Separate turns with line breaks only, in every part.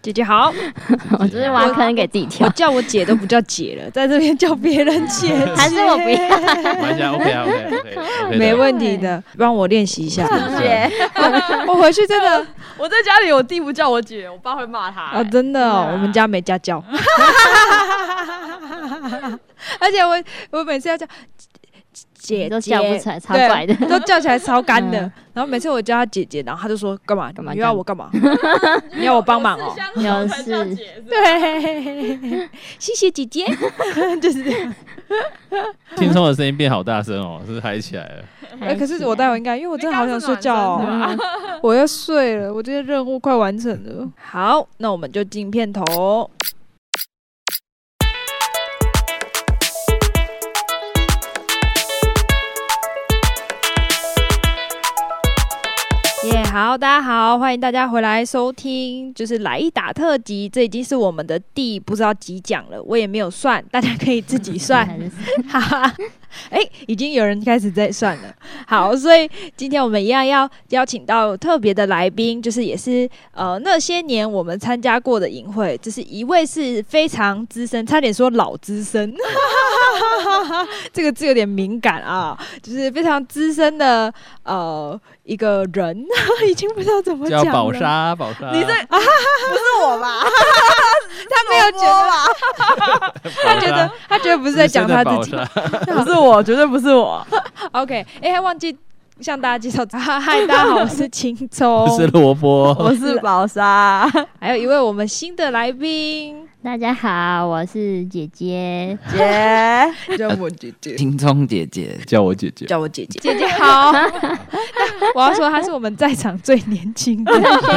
姐姐好，
我只是挖坑给自己
我
跳。
叫我姐都不叫姐了，在这边叫别人姐姐，
还是我不
要，
没关系啊，OK 啊 ，OK，OK，
没
题。
问题的，让我练习一下。
姐，
我回去真的
我在家里，我弟不叫我姐，我爸会骂他、
啊，真的哦、
对啊
我们家没家教。而且我我每次要叫姐姐
都叫不出来，超
对
怪的。
都叫起来超干的。
嗯
然后每次我叫她姐姐，然后她就说干嘛
干嘛
你要我干嘛？ 你要我帮忙 哦？
有
有事
事
对， 谢谢姐姐，就是这样。
听说我的声音变好大声哦，是嗨起来了。
哎可是我 待会应该，因为我真的好想睡觉哦，
嗯
我要睡了，我这些任务快完成了。好，那我们就进片头。耶、好，大家好，欢迎大家回来收听，就是来一打特辑，这已经是我们的第不知道几讲了，我也没有算，大家可以自己 算。
很
哈哈， 哎、已经有人开始在算了。好，所以今天我们一样要邀请到特别的来宾，就是也是呃那些年我们参加过的营会，就是一位是非常资深，差点说老资深， 这个字有点敏感啊，就是非常资深的呃一个人， 已经不知道怎么
叫
讲
宝
了
莎，宝莎，你这
是我吧？
他没有觉得，他觉得他觉得不
不
是在讲他自己，
不是 我，绝对不是我。
OK，哎、还忘记向大家介绍， 嗨，大家好，我是秦聪，
不是萝卜，
我是宝莎，
还有一位我们新的来 宾，
大家好，我是姐姐。
姐，
叫我姐姐，
青葱姐姐，
叫我姐姐。
叫我姐姐，姐姐 好。我要说她是我们在场最年轻 的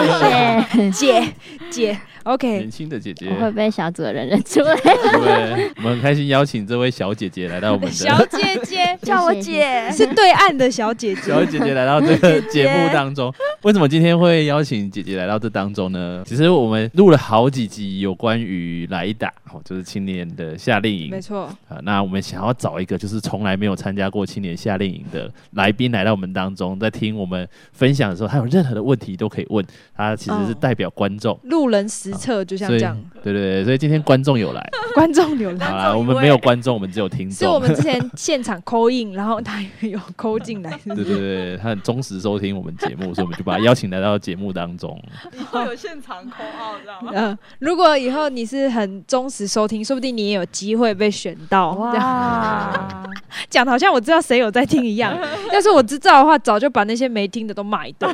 谢谢。
姐姐，OK，哦
年轻的姐姐，
我会被小主人认 出来，
对，我们很开心邀请这位小姐姐来到我 们
小
的
姐 姐
叫我姐。
是对岸的小姐姐，
小姐姐来到这个节目当中。为什么今天会邀请姐姐来到这当中呢？其实我们录了好几集有关于来打，哦，就是青年的夏令营
没错，
啊、那我们想要找一个就是从来没有参加过青年夏令营的来宾来到我们当中，在听我们分享的时候，他有任何的问题都可以问，他其实是
哦
代表观众。
路人实测就像
所
这
以，
样，
对对对，所以今天观众 有来，
观众流
好啊
浪。
啦，我们没有观众，我们只有听
是我
众。
们之前现场扣印，然后他也有扣进来，
对对对，他很忠实收听我们节目，所以我们就把他邀请来到节目当 中。
以后有现场空奥，知道吗？
嗯，如果以后你是很忠实收听，说不定你也有机会被选到。这样
哇，
讲的好像我知道谁有在听一 样，要是我知道的话，早就把那些没听的都骂一顿。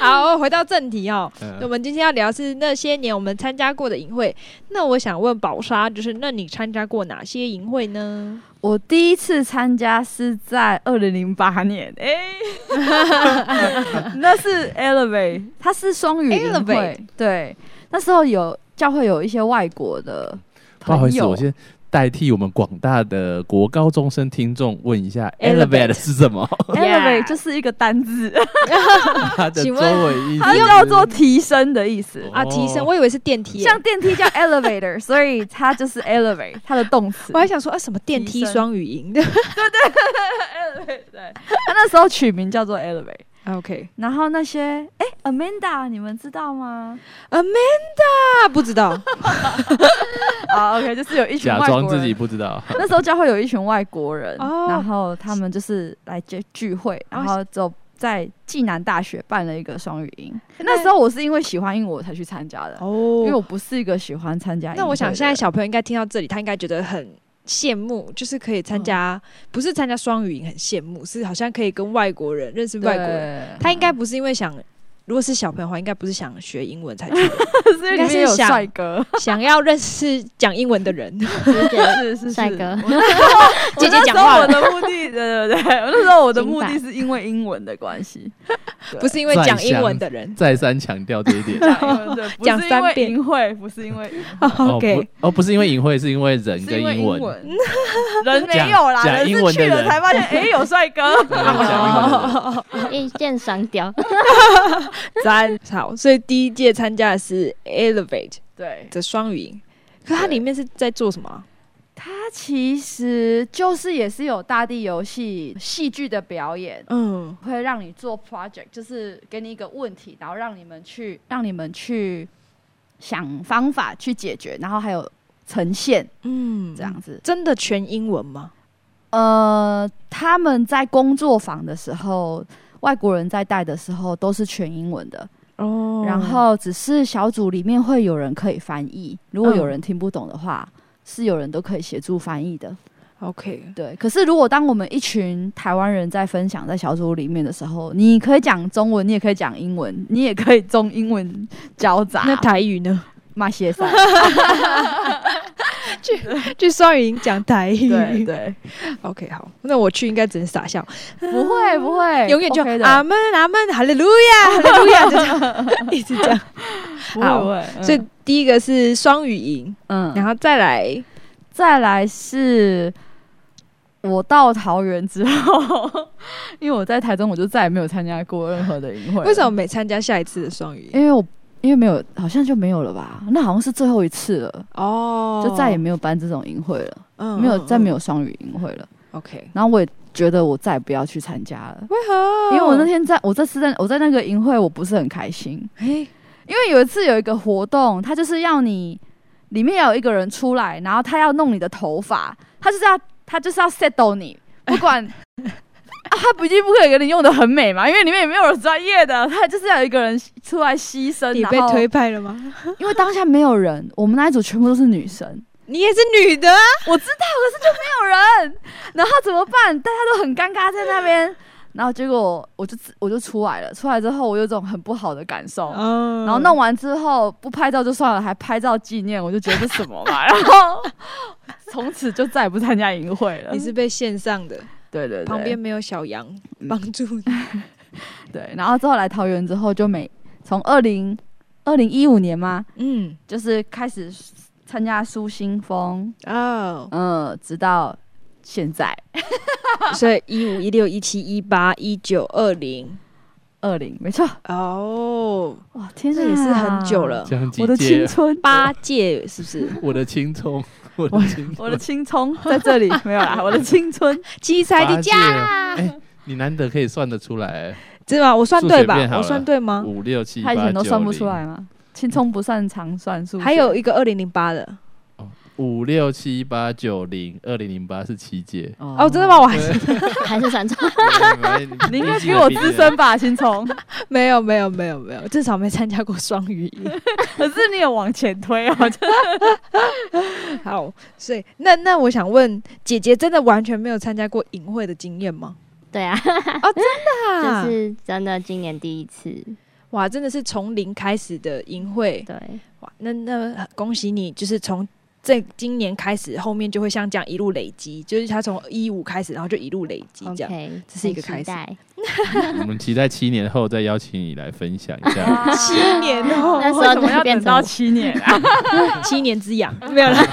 好，回到正题哦，
嗯
我们今天要聊是那些年我们参加过的营会。那我想问宝莎，就是那你参加过哪些营会呢？
我第一次参加是在二零零八年，哎、 那是 Elevate，它是双语营
Elevate
会，对，那时候有教会有一些外国的
不好
朋
意思，
友
我，先代替我们广大的国高中生听众问一下
Elevate
，elevate 是什么？
Elevate
Yeah
就是一个单字，
它的
请
中
问
文意思
它
是
叫做提升的意思。
啊，
哦
提升，我以为是电梯耶，
像电梯叫 elevator，所以它就是 elevate，它的动词。
我还想说啊，什么电
提
梯
升
双语营
对，它那时候取名叫做 elevate。
？OK，
然后那些哎，Amanda，你们知道吗？
啊，不知道，
啊，OK，就是有一群
假
外
装
国
自己
人。
不知道。
那时候教会有一群外国人，
哦
然后他们就是来聚聚会，然后就在暨南大学办了一个双语营。 那时候我是因为喜欢英文我才去参加的，
哦
因为我不是一个喜欢参加。
那我想现在，小朋友应该听到这里，他应该觉得很羡慕，就是可以参加，不是参加双语营很羡慕，是好像可以跟外国人认识外国人。
人
他应该不是因为想，如果是小朋友的话，应该不是想学英文才去的，
可是
应
里
该是
面有
想
帅哥，
想要认识讲英文的人。
姐姐
是是
帅哥。
姐姐讲
我
话
那
了，
时候我的目的，对对对，我那时候我的
明
目的
白
是因为英文的关系，对。
不是因为讲英文的 人。
再三强调这一点
讲 英文对，
讲
不是因
三
为
遍
淫秽，不是因为淫秽
哦
OK，
不哦，不是因为淫秽，是因为人
是
跟
因为英
文。
文，人没
讲
有啦，
讲
人
英
是
文
去
的
了
人
才发现，哎，有帅 哥，
对讲英文的人
一箭双雕，
赞好，所以第一届参加的是 Elevate
对，
的双语营，可它里面是在做什么啊？
它其实就是也是有大地游戏戏剧的表演，
嗯，
会让你做 project，就是给你一个问题，然后让你们去让你们去想方法去解决，然后还有呈现
嗯，
这样子。
真的全英文吗？
呃，他们在工作坊的时候，外国人在带的时候都是全英文的，
哦
然后只是小组里面会有人可以翻译，如果
嗯
有人听不懂的话，是有人都可以协助翻译的。
OK，
对，可是如果当我们一群台湾人在分享在小组里面的时候，你可以讲中文，你也可以讲英文，你也可以中英文交杂。
那台语呢？
骂些啥？
去双语营讲台语，
对对，
OK，好，那我去应该只能傻笑，
不会不会，
永远就啊
哎 OK 的，
阿门阿门，哈利路 亚，哈利路亚，就这样 一直这样。
不会不会。嗯
所以第一个是双语营，
嗯，然
然
后
后再来
再来是。我到桃园之后，因为我在台中，我就再也没有参加过任何的营会了。
为什么没参加下一次的双语营？
因为我因为没有，好像就没有了吧？那好像是最后一次了，
哦，
就再也没有办这种营会了，
嗯
没有再没
有。
有双语营会了。
OK，
然后我也觉得我再也不要去参加了，
为何？
因为我那天在我这次在我在那个营会，我不是很开心，
哎，
因为有一次有一个活动，他就是要你里面要有一个人出来，然后他要弄你的头发，他就是要他就是要 settle 你，不管。 啊、他不一定不可以给你用的很美嘛，因为里面也没有人专业的，他就是要有一个人出来牺牲。
你被
然后
推派了吗？
因为当下没有人，我们那一组全部都是女生，
你也是女的啊，
我知道，可是就没有人，然后怎么办？大家都很尴尬在那边，然后结果我就自我就出来了，出来之后我有一种很不好的感受。
哦
然后弄完之后不拍照就算了，还拍照纪念，我就觉得这什么 嘛。然后从此就再也不参加营会了。
你是被线上的，
对对对，
旁边没有小杨
嗯
帮助你。
对。然后之后来桃园之后就每从二零二零一五年嘛，
嗯，
就是开始参加苏新峰，
哦，
嗯，直到现在
所以一五、一六、一七、一八、一九、二零，
二零，没错。
哦，
哇，天哪，
这也是很久，了。
讲几
我的青
届，
春，
八届是不是？
我的青葱，我的青
我
葱
的，青葱在这里没有啦，我的青 春，
七彩
八
的
届
家，
哎，你难得可以算得出来，
对啊吧？我算对吧
数学变好？了
我算对吗？
五六七
啊他
八
以前
九
都算不出
零
来嘛，青葱不擅长算数学，。
还有一个二零零八的
五六七八九零，二零零八是七届
哦
哦，真的吗？？我还
对
还是算错。
你应该比我资深。吧，青葱。
没有，没有，没有，没有，至少没参加过双语 营。
可是你有往前推哦，就
好，所以那那我想问，姐姐真的完全没有参加过营会的经验吗？
对啊，
啊，
就是真的今年第一次。
哇，真的是从零开始的营会，
对，
哇，那那恭喜你，就是从。这今年开始，后面就会像这样一路累积，就是他从一五开始，然后就一路累积这样。
OK，
这是一个
很期待
我们期待七年后再邀请你来分享一 下。
七年哦，
那时
为
候
什么
就
要
变
等
成
到
我
七年啊？
七年之痒，没有啦。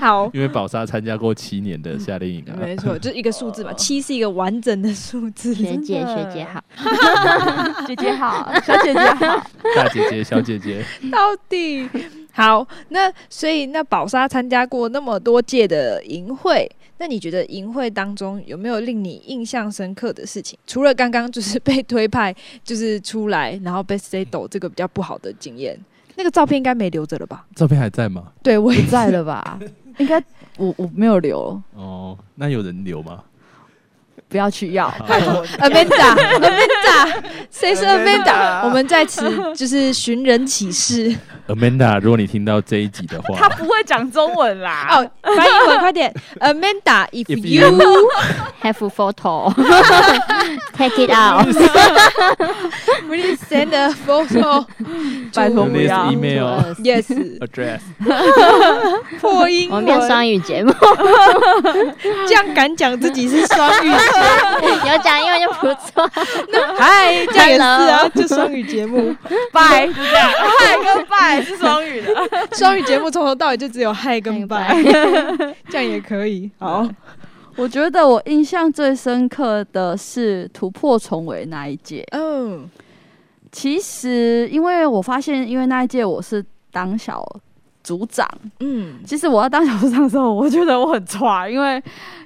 好，
因为宝莎参加过七年的夏令营啊，
没错，就是一个数字嘛，七是一个完整的数字。
学姐
真的
学姐好，
姐姐好，小姐姐好，
大姐姐、小姐 姐，
到底好，那所以那宝莎参加过那么多届的营会，那你觉得营会当中有没有令你印象深刻的事情？除了刚刚就是被推派，就是出来然后被 say 抖这个比较不好的经验，那个照片应该没留着了吧？
照片还在吗？
对我也
不在了吧？ 应该我我没有留，
哦，那有人留吗？
不要去要。
Amanda，Amanda，谁是 Amanda？
Amanda
我们在此就是寻人启事
Amanda，如果你听到这一集的
他
话，
不会讲中文啦。
哦，翻译文快点，Amanda，if
If
you
you-
have photo，take it out。
please send a photo，
拜托不
Please
要
email
Yes，
address，
破英
我们变
文，
双语节目，
这样敢讲自己是双语节
有讲英文就不错。
目， 嗨，这样也是啊，就双语节目，
拜，就这样，嗨跟拜是双语的。
双语节目从头到尾就只有嗨跟拜，这样也可以。好，
我觉得我印象最深刻的是突破重围那一届。
嗯，
其实，因为我发现，因为那一届我是当小组长。
嗯，
其实我要当小组长的时候，我觉得我很差，因为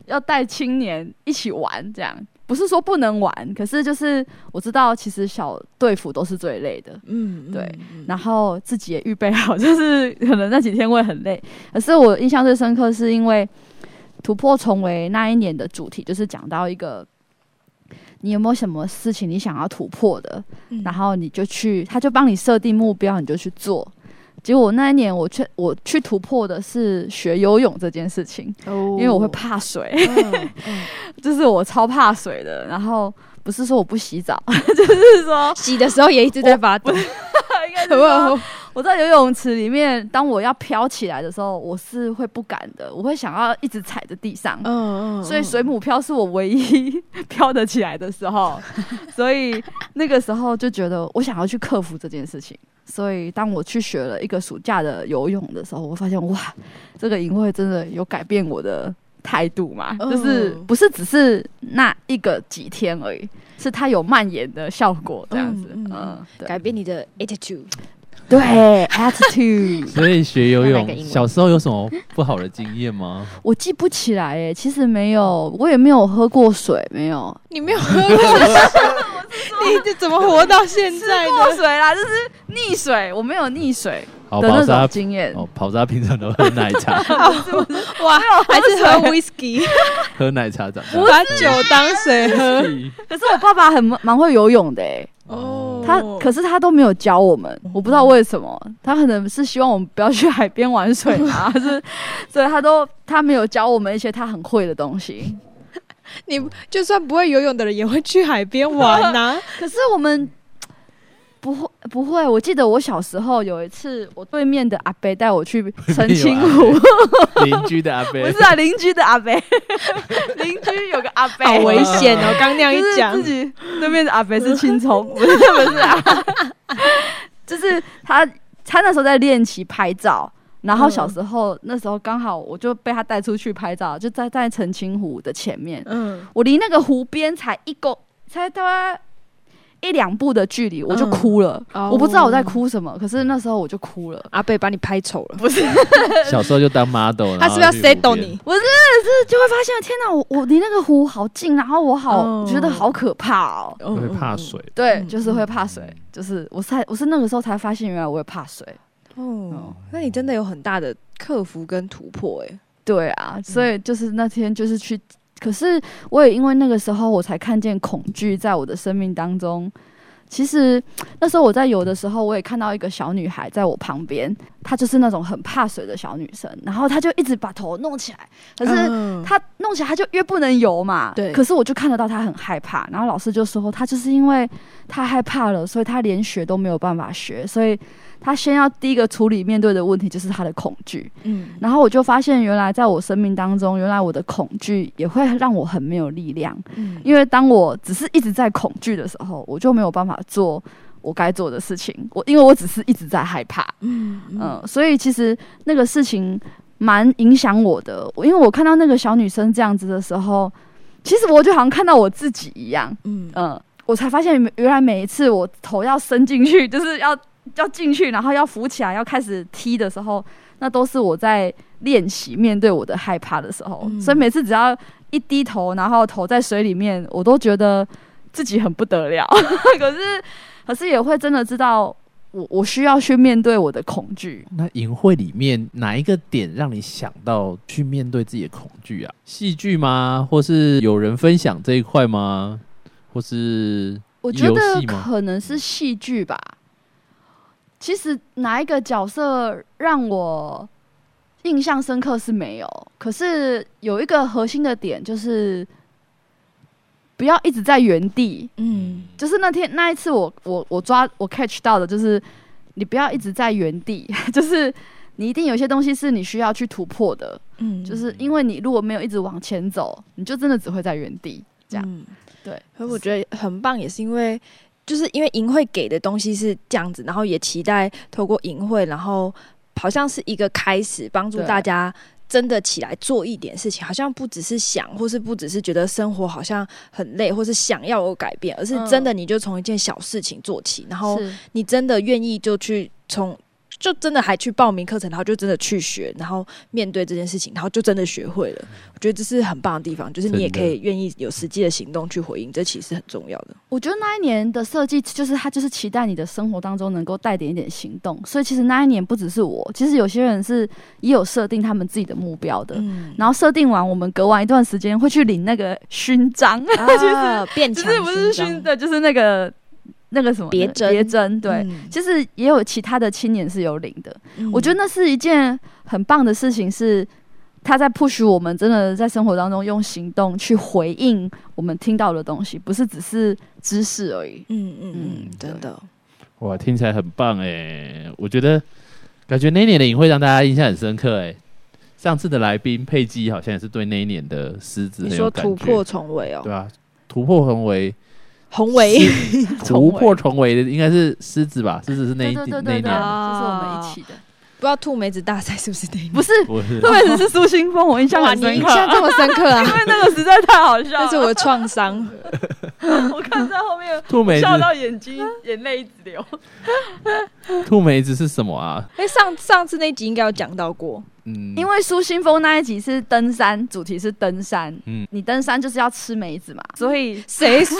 要带青年一起玩，这样不是说不能玩，可是就是我知道，其实小队服都是最累的。
嗯，
对
嗯，
然后自己也预备好， 就是可能那几天会很累。可是我印象最深刻，是因为突破重围那一年的主题就是讲到一个，你有没有什么事情你想要突破的，
嗯
然后你就去，他就帮你设定目标，你就去做。结果我那一年我去我去突破的是学游泳这件事情，
哦
因为我会怕水。
嗯嗯
就是我超怕水的，然后不是说我不洗澡， 就是说
洗的时候也一直在发抖， 啊
应该是
嗯 哦
说我在游泳池里面，当我要飘起来的时候，我是会不敢的，我会想要一直踩着地上。
嗯嗯
所以水母漂是我唯一 飘得起来的 时候，所以那个时候就觉得我想要去克服这件事情。所以当我去学了一个暑假的游泳的时候，我发现哇，这个营会真的有改变我的态度嘛，
嗯
就是不是只是那一个几天而已，是它有蔓延的效果这样子。
嗯
嗯，
嗯
对
改变你的 attitude，
对 attitude，
所以学游
那个英
泳，
文
小时候有什么不好的经验吗？
我记不起来诶，其实没有，我也没有喝过水，没有。
你没有喝过 水，你这怎么活到现在
过
呢？
水啦，就是溺水，我没有溺水
好，
的
跑
那
渣
种，经验。
哦，跑渣平常都喝奶茶，
哇，还是喝 whisky，
喝奶茶长大。
把酒当水喝。
可是我爸爸很蛮会游泳的、欸，
哦
他可是他都没有教我们，我不知道为什么，他可能是希望我们不要去海边玩水 吧，还是，所以他都他没有教我们一些他很会的东西。
你就算不会游泳的人也会去海边玩啊 呐、
可是我们。不会，不会。我记得我小时候有一次，我对面的阿伯带我去澄清湖，
邻居的阿伯
不是啊，邻居的阿伯， 邻居有个阿伯，
好危险哦！刚那样一
就是
讲
自，己对面的阿肥是 青葱，不是不是啊， 就是他他那时候在练习拍照。然后小时候那时候刚好我就被他带出去拍照，就在在澄清湖的前面，
嗯，
我离那个湖边才一公才大概一两步的距离，我就哭了。
哦
我不知道我在哭什么，可是那时候我就哭了。
阿贝把你拍丑了，
啊小时候就当 model，
他是不是要 settle 你？？
我真的是就会发现，天哪，我我离那个湖好近，然后我好、
嗯
哦
觉得好可怕哦。
然后去湖边
嗯
会怕，水，
对，
嗯
就是会怕水，
嗯
就是我才我是那个时候才发现，原来我会怕水。
嗯嗯哦
哦，
那你真的有很大的克服跟突破哎、
对
嗯
啊，所以就是那天就是去，可是我也因为那个时候我才看见恐惧在我的生命当中。其实那时候我在游的时候，我也看到一个小女孩在我旁边，她就是那种很怕水的小女生，然后她就一直把头弄起来，可是
嗯
他弄起来他就越不能游嘛。
对
可是我就看得到他很害怕，然后老师就说他就是因为他害怕了，所以他连学都没有办法学，所以他先要第一个处理面对的问题就是他的恐惧。
嗯
然后我就发现，原来在我生命当中，原来我的恐惧也会让我很没有力量，
嗯
因为当我只是一直在恐惧的时候，我就没有办法做。我该做的事情，我因为我只是一直在害怕，
嗯嗯
嗯，所以其实那个事情蛮影响我的，我因为我看到那个小女生这样子的时候，其实我就好像看到我自己一样，
嗯
嗯，我才发现原来每一次我头要伸进去，就是要 要进去，然后要浮起来，要开始踢的时候，那都是我在练习面对我的害怕的时候，
嗯
所以每次只要一低头，然后头在水里面，我都觉得自己很不得了， 可是可是也会真的知道。我我需要去面对我的恐惧，
那营会里面哪一个点让你想到去面对自己的恐惧啊？戏剧吗？或是有人分享这一块吗？或是
我觉
游
得
戏吗嗯
可能是戏剧吧。其实哪一个角色让我印象深刻是没有，可是有一个核心的点就是不要一直在原地。
嗯
就是那天那一次我，我我抓我 catch 到的就是你不要一直在原地， 就是你一定有些东西是你需要去突破的，
嗯
呃就是因为你如果没有一直往前走，你就真的只会在原地。这样
嗯
对，
可我觉得很棒，也是因为。就是因为银会给的东西是这样子，然后也期待透过银会，然后好像是一个开始，帮助
对
大家真的起来做一点事情，好像不只是想，或是不只是觉得生活好像很累，或是想要有改变，而是真的你就从一件小事情做起，然后
是
你真的愿意就去从就真的还去报名课程，然后就真的去学，然后面对这件事情，然后就真的学会了。我觉得这是很棒的地方，就是你也
嗯真
可
的
以愿意有实际的行动去回应，这其实很重要的。
我觉得那一年的设计，就是他就是期待你的生活当中能够带点一点行动。所以其实那一年不只是我，其实有些人是也有设定他们自己的目标的。
嗯，
然后设定完，我们隔完一段时间会去领那个勋章，
啊，变
就
强
是不是勋
勋
的， 就是那个那个什么
别针
别针对。
嗯
其实也有其他的青年是有领的，
嗯
我觉得那是一件很棒的事情，是他在 push 我们真的在生活当中用行动去回应我们听到的东西，不是只是知识而已。
嗯嗯嗯
嗯，
真的，
哇，听起来很棒哎、我觉得感觉那一年的影会让大家印象很深刻哎、上次的来宾佩姬好像也是对那一年的狮子
你
很有
说
感
突
觉
破重围哦
对，吧、突破重围，
宏伟
突破重围的应该是狮子吧？狮子是那一
对对对
那一年
对对，就
的，
是我们一起的，
不知道兔梅子大赛是不是那一年？
啊 不是，
我是
特别只是苏新峰，我印象
哇，
很
你
深
印
刻，
象这么深刻啊！
因为那个实在太好笑
那
了，
是我的创伤。
我看在后 面
兔梅子，
笑到眼睛 眼泪一直流。
兔梅子是什么啊？
哎，上上次那集应该有讲到过，
嗯，
因为苏新峰那一集是登山，主题是登山，
嗯
你登山就是要吃梅子嘛，所以
谁说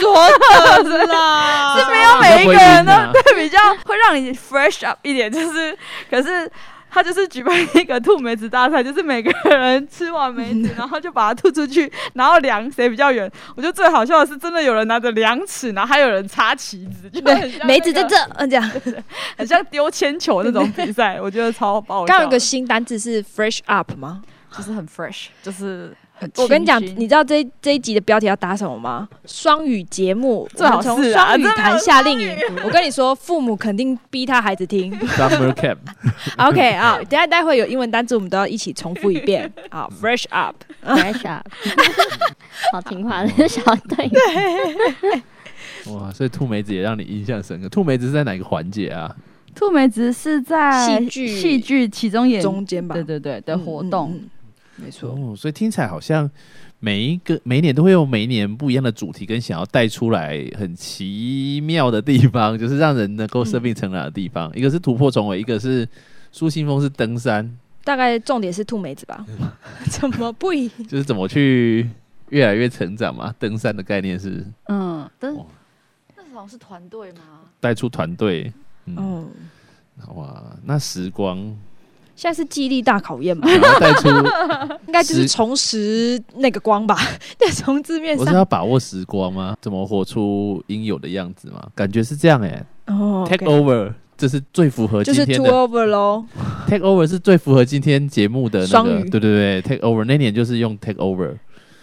的啦？
是没有每一个人都
会晕啊
对比较会让你 fresh up 一点， 就是可是。他就是举办一个吐梅子大赛，就是每个人吃完梅子，然后就把它吐出去，然后量谁比较远。我觉得最好笑的是，真的有人拿着量尺，然后还有人插旗子，就 很
对，
像、那个
梅子在这，嗯，这样。
很像丢铅球那种比 赛，我觉得超爆笑的。
刚有个新单字是 fresh up 吗？
就是很 fresh，就是很
我跟你讲，
清新
你知道这一这一集的标题要打什么吗？双语节目，
最好
我们从
是啊
双语
真的
谈
有
夏令营。我跟你说，父母肯定逼他孩子听。
summer camp，
OK 啊，等一下待会有英文单字，我们都要一起重复一遍。好，fresh up。
fresh up，好听话的小队。
哇，所以兔梅子也让你印象深刻。兔梅子是在哪个环节啊？
兔梅子是在
戏剧
戏剧其中演
中间吧
对对对的
嗯
活动。，
嗯嗯没错。
哦，所以听起来好像每一个每一年都会有每一年不一样的主题，跟想要带出来很奇妙的地方，就是让人能够
嗯
生命成长的地方。一个是突破重围，一个是苏新峰是登山，
大概重点是兔梅子 吧？怎么不一？
就是怎么去越来越成长嘛。登山的概念是
嗯，但是
哇
那好像是团队吗？
带出团队。嗯，
嗯，
哇，那时光，
现在是记忆力大考验吧？
然后带 出，
应该就是
时
重拾那个光吧？ 再从字面
我是
上
要把握时光吗？怎么活出应有的样子吗？感觉是这样哎、
哦
t a k e
OK
over，这是最符合
就
今
是
天
two
的
over 喽。
Take over 是最符合今天节目的那
双
个，
语
对对对，Take over 那年就是用 Take over，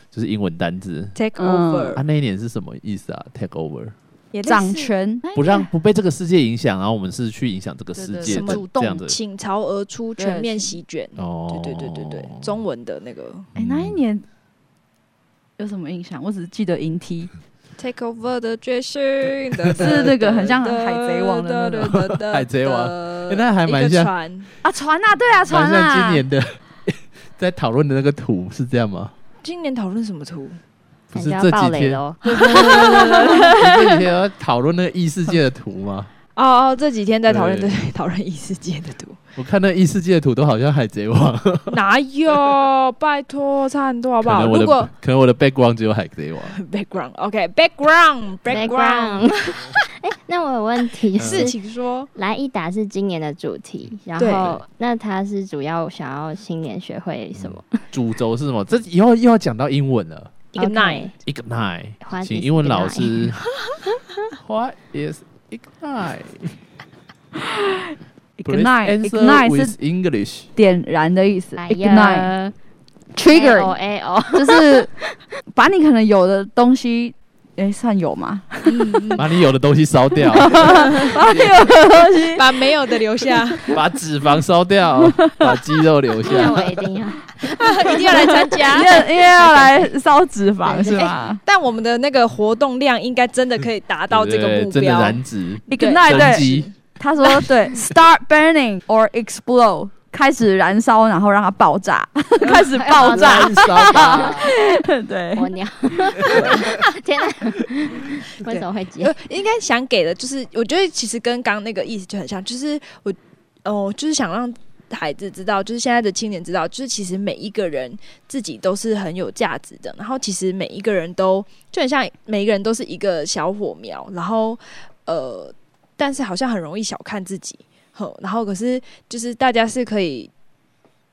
就是英文单字。
Take
嗯
over，、
啊，那一年是什么意思啊？Take over
也类似
掌权，
哎
不让不被这个世界影响，然后我们是去影响这个世界
对对
的
什
么
这样子。
倾巢而出，
对
全面席卷。
哦
对，对对对对，中文的那个
哎、
嗯
那一年有什么印象？我只记得银梯，
Take over 的决心 是
是那个很像海贼王的那
个
海贼王
王
哎那还蛮像
船，
啊，船啊，对啊，船
蛮像
啊。
今年的 在讨论的那个图是这样吗？
今年讨论什么 图？
不
哎感
是
觉要
这
爆
几
雷
天，
喽！
不是这几天要讨论那个异世界的图吗？
哦哦，这几天在讨论对
对
讨论异世界的图，
我看那异世界的图都好像海贼王，
哪有？拜托，差很多好不
可
好？
能我
如果
的可能我的 background 只有海贼王。
background，OK，background，background，
哎，那我有问题，就
事
是
情说
来一打是今年的主题，然
对
后那它是主要想要新年学会什么？
嗯主轴是什么？这以后又要讲到英文了。
一个
OK
nine。
Ignite，
What
请
is
英文老师。What is ignite? Please
Ignite,
answer
ignite 是
with English。
点燃的意思
哎
，ignite
呀
trigger
哦哎哦，
就是把你可能有的东西，哎、算有吗？
把你有的东西烧掉，
把
哦
你有的东西，
把没有的留下，
把脂肪烧掉，把肌肉留
那
下。
我一定要。
一定要来参 加
因。为因为要来烧脂肪是吗
但我们的那个活动量应该真的可以达到这个
对
目
不对真的
标。
燃脂
哎
对
？ignite
增
哎对，
肌，
他说对，start burning or explode，开始燃烧，然后让它爆炸， 开
嗯
始爆炸，
燃烧吧！
对，
我鸟！天哪， 为什么会接
呃？应该想给的就是，我觉得其实跟刚刚那个意思就很像，就是我哦、就是想让孩子知道，就是现在的青年知道，就是其实每一个人自己都是很有价值的。然后其实每一个人都就很像每一个人都是一个小火苗，然后呃，但是好像很容易小看自己。哼，然后可是就是大家是可以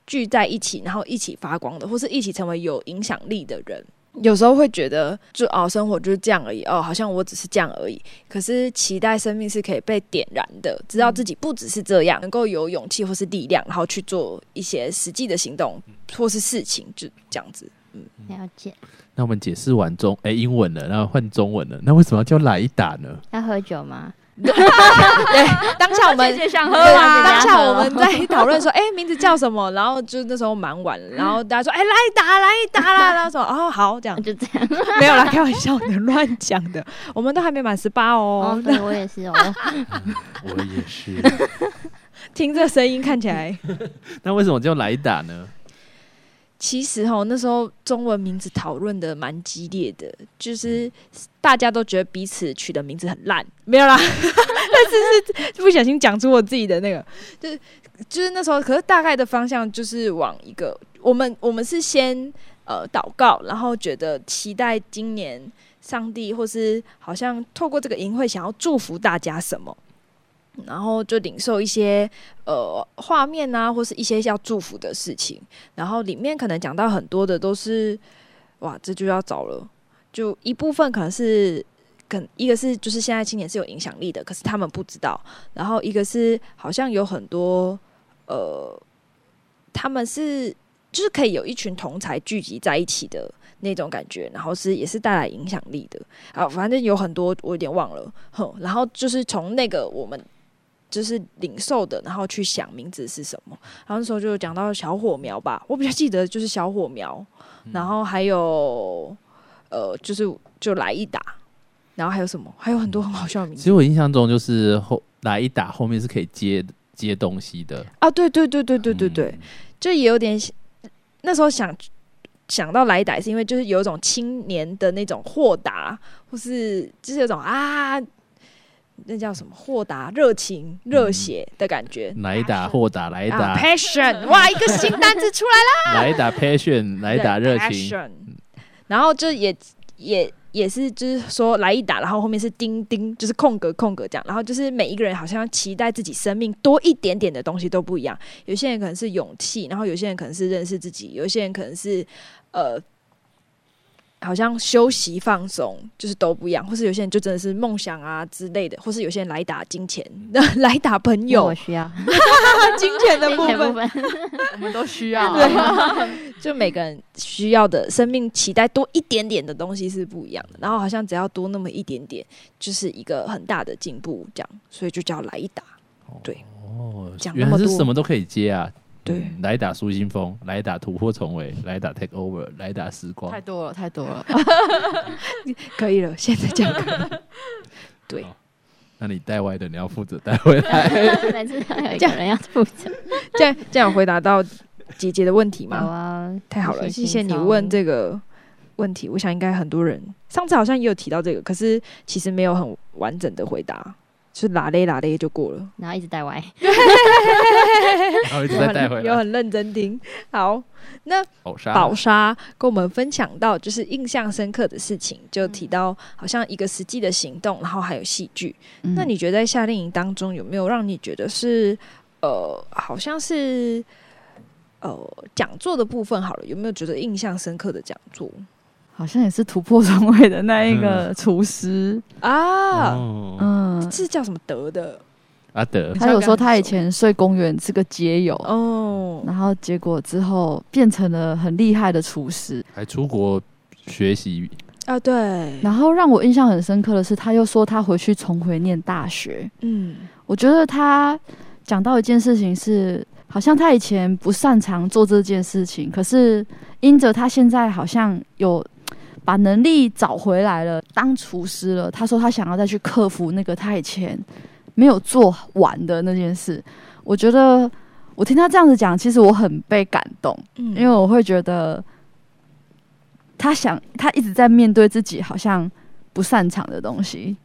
聚在一起，然后一起发光的，或是一起成为有影响力的人。有时候会觉得，就哦，生活就是这样而已，哦，好像我只是这样而已。可是期待生命是可以被点燃的，知道自己不只是这样，能够有勇气或是力量，然后去做一些实际的行动或是事情，就这样子。
了解。
那我们解释完中，哎、英文了，然后换中文了，那为什么要叫来打呢？
要喝酒吗？
对，当下我们
姐 想喝
对
啊，
啊
当下我
大家
们在讨论说，哎、名字叫什么？然后就那时候蛮 晚了，然后大家说，哎、来打来打啦，然后说，哦，好，这样
就这样。
没 有啦，开玩笑的，乱讲的，我们都还没满十八
哦，
哦。
对我也是哦。
我也是。
听这声音看起来，
那为什么叫来打呢？
其实哦，那时候中文名字讨论的蛮激烈的，就是大家都觉得彼此取的名字很烂，没有啦， 但是是不小心讲出我自己的那个，就是就是那时候，可是大概的方向就是往一个，我们我们是先呃祷告，然后觉得期待今年上帝或是好像透过这个营会想要祝福大家什么。然后就领受一些呃画面啊，或是一些要祝福的事情。然后里面可能讲到很多的都是，哇，这就要找了。就一部分可能是，可一个是就是现在青年是有影响力的，可是他们不知道。然后一个是好像有很多，呃，他们是就是可以有一群同才聚集在一起的那种感觉，然后是也是带来影响力的。啊，反正有很多我有点忘了，哼。然后就是从那个我们。就是领受的，然后去想名字是什么。然后那时候就讲到小火苗吧，我比较记得就是小火苗，然后还有呃，就是就来一打，然后还有什么？还有很多很好笑的名
其
字
实我印象中就是后来一打后面是可以接接东西的。
啊！对对对对对对对，
嗯
就也有点那时候想想到来打，是因为就是有一种青年的那种豁达，或是就是有种啊，那叫什么豁达、热情、热血的感觉。
来打豁达，嗯来
啊
打、
，passion，哇，一个新单字出来了，
来打 passion，来打热情，嗯
，passion。然后就也也也是就是说来一打，然后后面是叮叮，就是空格空格这样。然后就是每一个人好像期待自己生命多一点点的东西都不一样。有些人可能是勇气，然后有些人可能是认识自己，有些人可能是呃，好像休息放松，就是都不一样。或是有些人就真的是梦想啊之类的，或是有些人来打金钱， 来打朋
那
友
我，需要
金钱的
金
部
钱
分
部。分。
我们都需要。
啊就每个人需要的生命期待多一点点的东西是不一样的，然后好像只要多那么一点点，就是一个很大的进步，这样，所以就叫来一打。
哦
讲那
原
么
来
多
是什么都可以接啊！
对
嗯，来打苏新峰，来打突破重围，来打 take over，来打时光
太。多了，太多了。
可以了，现在这样可以了。对，
那你带歪的，你要负责带回
啊
来。
每次都有一
这
个
样
人要负责。
这样这样有回答到姐姐的问题
有
吗？
啊，
嗯太好了，
谢
谢
谢
谢你
轻松
问这个问题。我想应该很多人上次好像也有提到这个，可是其实没有很完整的回答，就是拉嘞拉嘞就过了。
然后一直带歪。
然 后一 直
有
在
很
带回
有
来。
很认真听。好，那
宝沙，
宝莎跟我们分享到就是印象深刻的事情，就提到好像一个实际的行动，然后还有戏剧。
嗯
嗯
那你觉得在夏令营当中有没有让你觉得是呃，好像是呃讲座的部分好了，有没有觉得印象深刻的讲座
好像也是突破重围的那一个厨师，
啊？
哦，
嗯，
是叫什么德的
阿德，
他有说他以前睡公园是个街友，
哦？
然后结果之后变成了很厉害的厨师。
还出国学习，
啊，对，
然后让我印象很深刻的是，他又说他回去重回念大学。
嗯，
我觉得他讲到一件事情是，好像他以前不擅长做这件事情，可是因着他现在好像有把能力找回来了，当厨师了。他说他想要再去克服那个他以前没有做完的那件事。我觉得我听他这样子讲，其实我很被感动。
因
因为我会觉得他想他一直在面对自己好像不擅长的东西，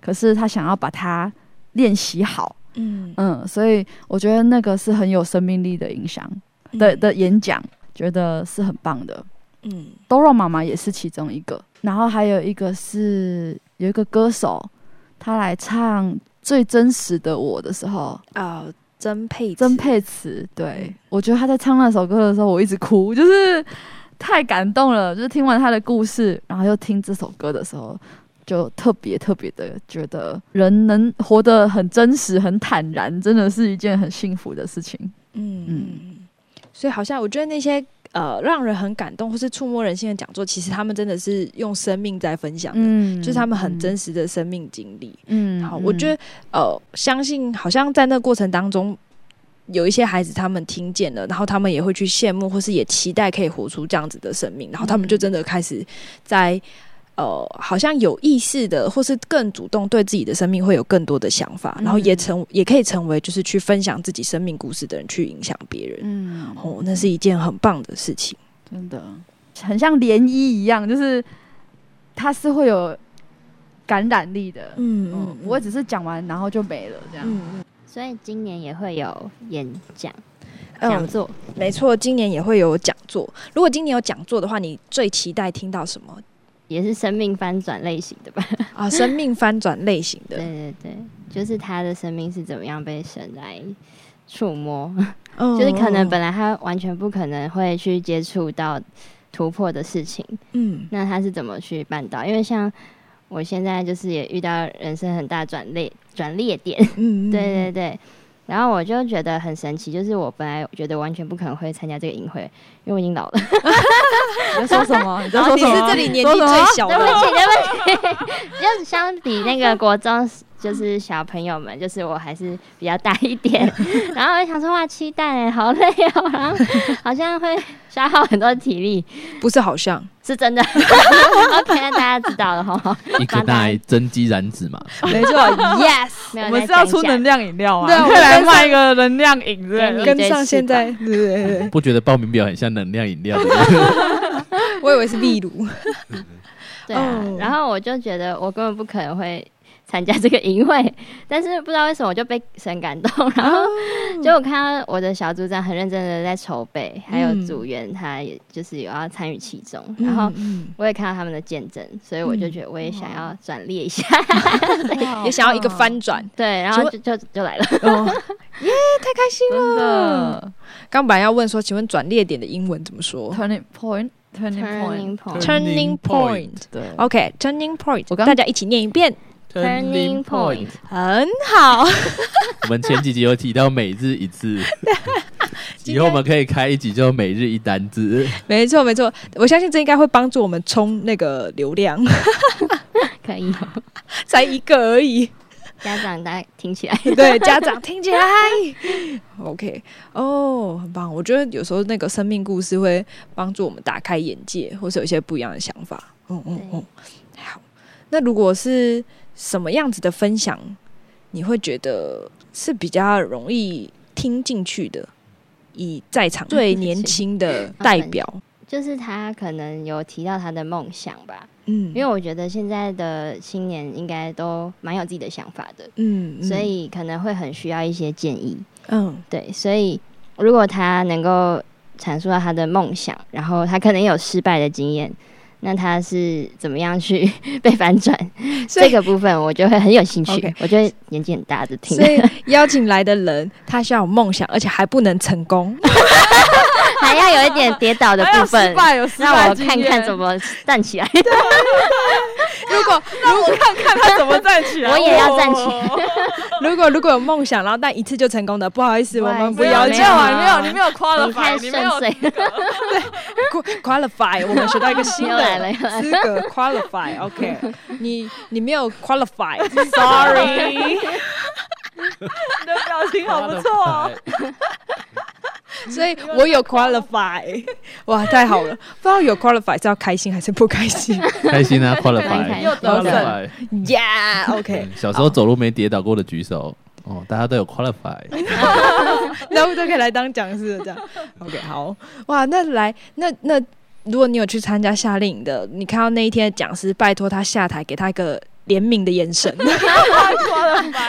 可是他想要把它练习好，
嗯，
嗯，所以我觉得那个是很有生命力的影响的的演讲，觉得是很棒的。
嗯，
多肉妈妈也是其中一个，然后还有一个是有一个歌手，他来唱《最真实的我》的时候，
哦，曾沛
曾
慈
沛慈，对
嗯
我觉得他在唱那首歌的时候，我一直哭，就是太感动了。就是听完他的故事，然后又听这首歌的时候，就特别特别的觉得，人能活得很真实、很坦然，真的是一件很幸福的事情。
嗯
嗯
嗯，所以好像我觉得那些呃让人很感动或是触摸人心的讲座，其实他们真的是用生命在分享的，
嗯，
就是他们很真实的生命经历。
嗯。嗯，
好，我觉
得
得呃，相信好像在那过程当中。有一些孩子，他们听见了，然后他们也会去羡慕，或是也期待可以活出这样子的生命，然后他们
嗯
就真的开始在、呃，好像有意识的，或是更主动对自己的生命会有更多的想法，然后也
嗯
成也可以成为就是去分享自己生命故事的人，去影响别人。
嗯，
哦，那是一件很棒的事情。
真的很像涟漪一样，就是它是会有感染力的。嗯，
嗯
不会只是讲完然后就没了这样。
嗯
所以今年也会有演讲讲
嗯，
座，
没错，今年也会有讲座。如果今年有讲座的话，你最期待听到什么？
也是生命翻转类型的吧？
啊，生命翻转类型
对
的，
对对，就是他的生命是怎么样被神来触摸，
就
就是可能本来他完全不可能会去接触到突破的事情，
嗯
那他是怎么去办到？因为像我现在就是也遇到人生很大转捩转捩点，
嗯，嗯
对对，对。然后我就觉得很神奇，就是我本来觉得完全不可能会参加这个营会，因为我已经老了。
你在说什么？你在
然后
说
你
什么？
是这里年纪
说什么
最小
对不
的，
起，对不起， 就是相比那个国中，就是小朋友们，就是我还是比较大一 点。然后我就想说，哇，期待，好累哦，然后好像会消耗很多体力，
不是好像，
是 真的。OK，那大家知道了哈。
一个奶增肌燃脂嘛，
没错 ，yes，
没有
我们
在
是要
讲
出
价
能量饮料吗？
对啊
可以来卖一个能量饮之类
给
的
你
跟
最
上
翅
现在，对对对，
不觉得报名表很像能量 饮料的？
我以为是例如，
对啊
哦
然后我就觉得我根本不可能会参加这个营会，但是不知道为什么我就被神感动，然
哦
后就我看到我的小组长很认真的在筹备，还有
嗯
组员他也就是有要参与其中，
嗯
然后。
嗯
我也看到他们的见证，所以我就
嗯
觉得我也想要转列一下，
哦
嗯
也想要一个翻转，
对，然后就就就来了。
哦，耶，太开心了。
真的
刚本来要问说，请问转列点的英文怎么说
turning point turning
Turning
point
point
Turning point
对。
？OK，turning point，
我刚
大家一起念一遍，
Turning point
很好。
我们前几集有提到每日一字，
今天
以后我们可以开一集就每日一单字。
没错，没错，我相信这应该会帮助我们冲那个流量，
可以，
才一个而已。
家长大家听起来，
对，家长听起来 OK 哦，很棒。我觉得有时候那个生命故事会帮助我们打开眼界，或是有一些不一样的想法。嗯嗯嗯，好。那如果是什么样子的分享，你会觉得是比较容易听进去的？以在场最年轻的代表，
就是他可能有提到他的梦想吧，
嗯
因为我觉得现在的青年应该都蛮有自己的想法的，
嗯，嗯
所以可能会很需要一些建议。
嗯
对，所以如果他能够阐述到他的梦想，然后他可能也有失败的经验，那他是怎么样去 被反转？
所以
这个部分我就会很有兴趣
OK
我觉得年纪很大的听
所，以邀请来的人，他需要有梦想，而且还不能成功。
还要有一点跌倒的
还有
部
哎失
分。
败，有失
让
败
我
经
看
验
看怎。么站起 来，
如果
让我看看他怎么站起来。
我也要站起
来。
如果如果有梦想，然后但一次就成功的，不好意思，
不
我
好意思
们不
不
要
要
求
这
没有
样
啊
啊！没有，你没有夸了
你太顺
没有
遂了，
qu- qualify，我们学到一个新
又来了
的
又来
资格 qualify。OK，你 你没有
Sorry
qualify，sorry。
你的表情好不错哦。
所以我有 qualify，哇，太好了！不知道有 qualify 是要开心还是不开 心
开心 啊
开
，qualify，
心
q u
又
a
得
l
了
i f y
？Yeah，OK，
嗯小时候走路没跌倒过的举手。哦，大家都有 qualify，
然后都可以来当讲师了这样。OK，好，哇，那来那那。如果你有去参加夏令营的，你看到那一天的讲师，拜托他下台，给他一个怜悯的眼神，
太夸了吧，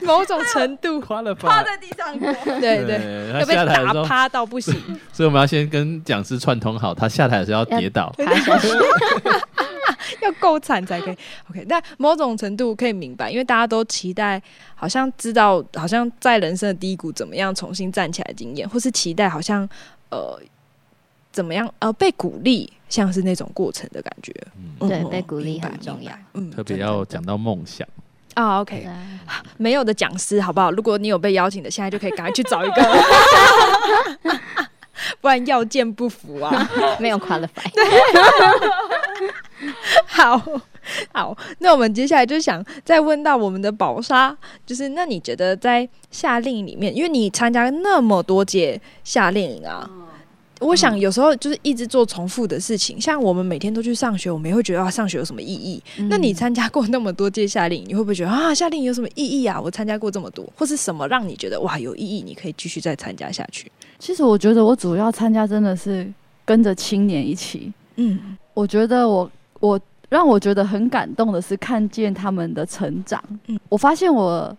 某种程度，
夸了吧
趴？在地上过。
对对，
他
要被
下台的时
打
候，
趴到不行。
所以我们要先跟讲师串通好，他下台的时候要跌倒。
爬下去，
要够惨才可以。OK，但某种程度可以明白，因为大家都期待，好像知道，好像在人生的低谷怎么样重新站起来的经验，或是期待好像呃怎么样呃被鼓励，像是那种过程的感觉。
嗯，
嗯
对
嗯
被鼓励
明白
很重要
明白嗯，
特
真
别
的
要讲到梦想，
啊
对
，OK，没有的讲师好不好？如果你有被邀请的，现在就可以赶快去找一 个。 不然要见不服啊！
没有 qualify。
好好，那我们接下来就想再问到我们的宝莎，就是那你觉得在夏令营里面，因为你参加那么多届夏令营啊，我
嗯
想有时候就是一直做重复的事情，像我们每天都去上学，我们也会觉得啊，上学有什么意义？
嗯
那你参加过那么多届夏令营，你会不会觉得啊，夏令营有什么意义啊？我参加过这么多，或是什么让你觉得哇有意义，你可以继续再参加下去？
其实我觉得我主要参加真的是跟着青年一起。
嗯，
我觉得我我让我觉得很感动的是看见他们的成长。
嗯
我发现我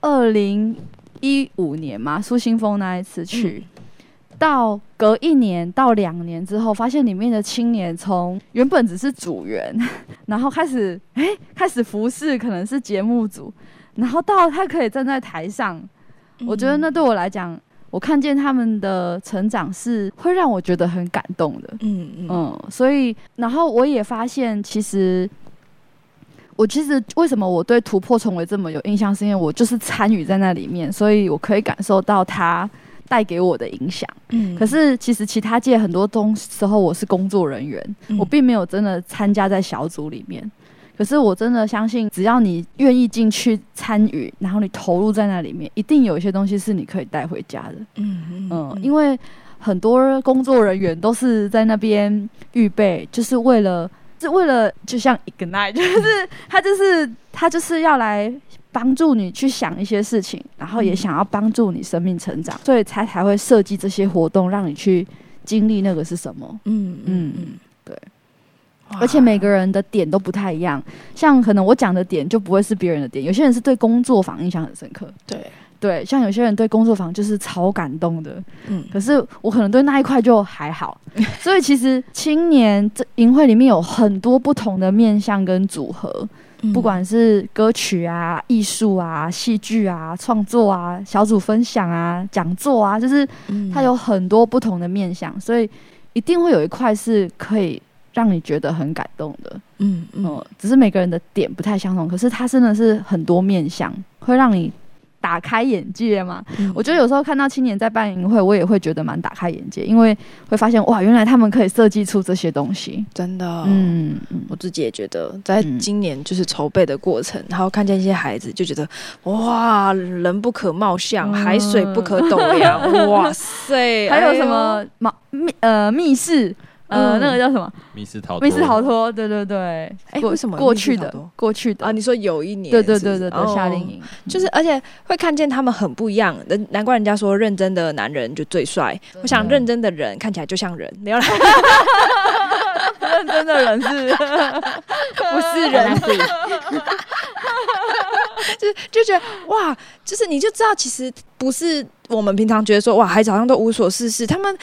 二零一五年嘛，苏新峰那一次去。到隔一年到两年之后，发现里面的青年从原本只是组员， 然后开始哎、开始服侍可能是节目组，然后到他可以站在台上，
嗯
我觉得那对我来讲，我看见他们的成长是会让我觉得很感动的。
嗯嗯嗯
嗯，所以然后我也发现，其实我其实为什么我对突破重围这么有印象，是因为我就是参与在那里面，所以我可以感受到它带给我的影响。
嗯，
可是其实其他届很多东时候我是工作人员，
嗯
我并没有真的参加在小组里面。可是我真的相信，只要你愿意进去参与，然后你投入在那里面，一定有一些东西是你可以带回家的。
嗯
嗯，因为很多工作人员都是在那边预备，就是为了是为了，就像 ignite，就是他就是他就是要来帮助你去想一些事情，然后也
嗯
想要帮助你生命成长，所以才才会设计这些活动，让你去经历那个是什么。
嗯嗯
嗯
嗯，
对。
哇
而且每个人的点都不太一样，像可能我讲的点就不会是别人的点，有些人是对工作坊印象很深刻，
对，
对，像有些人对工作坊就是超感动的，
嗯
可是我可能对那一块就 还好，所以其实青年这营会里面有很多不同的面向跟组合，
嗯
不管是歌曲啊、艺术啊、戏剧啊、创作啊、小组分享啊、讲座啊，就是
嗯
它有很多不同的面向，所以一定会有一块是可以让你觉得很感动的。
嗯嗯
嗯，只是每个人的点不太相同，可是它真的是很多面向，会让你打开眼界嘛。
嗯
我觉得有时候看到青年在办营会，我也会觉得蛮打开眼界，因为会发现哇，原来他们可以设计出这些东西。
真的，嗯。
嗯嗯，
我自己也觉得，在
嗯
今年就是筹备的过程，然后看见一些孩子，就觉得哇，人不可貌相，
嗯
海水不可斗 量，哇塞！
还有什
哎
么
呦？
密密呃密室，呃、
嗯
那个叫什么
密室逃脱，
密室逃脱？对对对，
哎
过
为什么
过
密室
去
逃
的
脱
过去的
啊，？你说有一年，
对对
是不
对
是
对对，夏令，
哦
营嗯
就是而且会看见他们很不一样，难难怪人家说认真的男人就最帅。我想认真的人看起来就像
嗯
人，没有啦，
认真的人是不是
好
人
像？自己
就就觉得哇，就是你就知道，其实不是我们平常觉得说哇，孩子好像都无所事事，他们。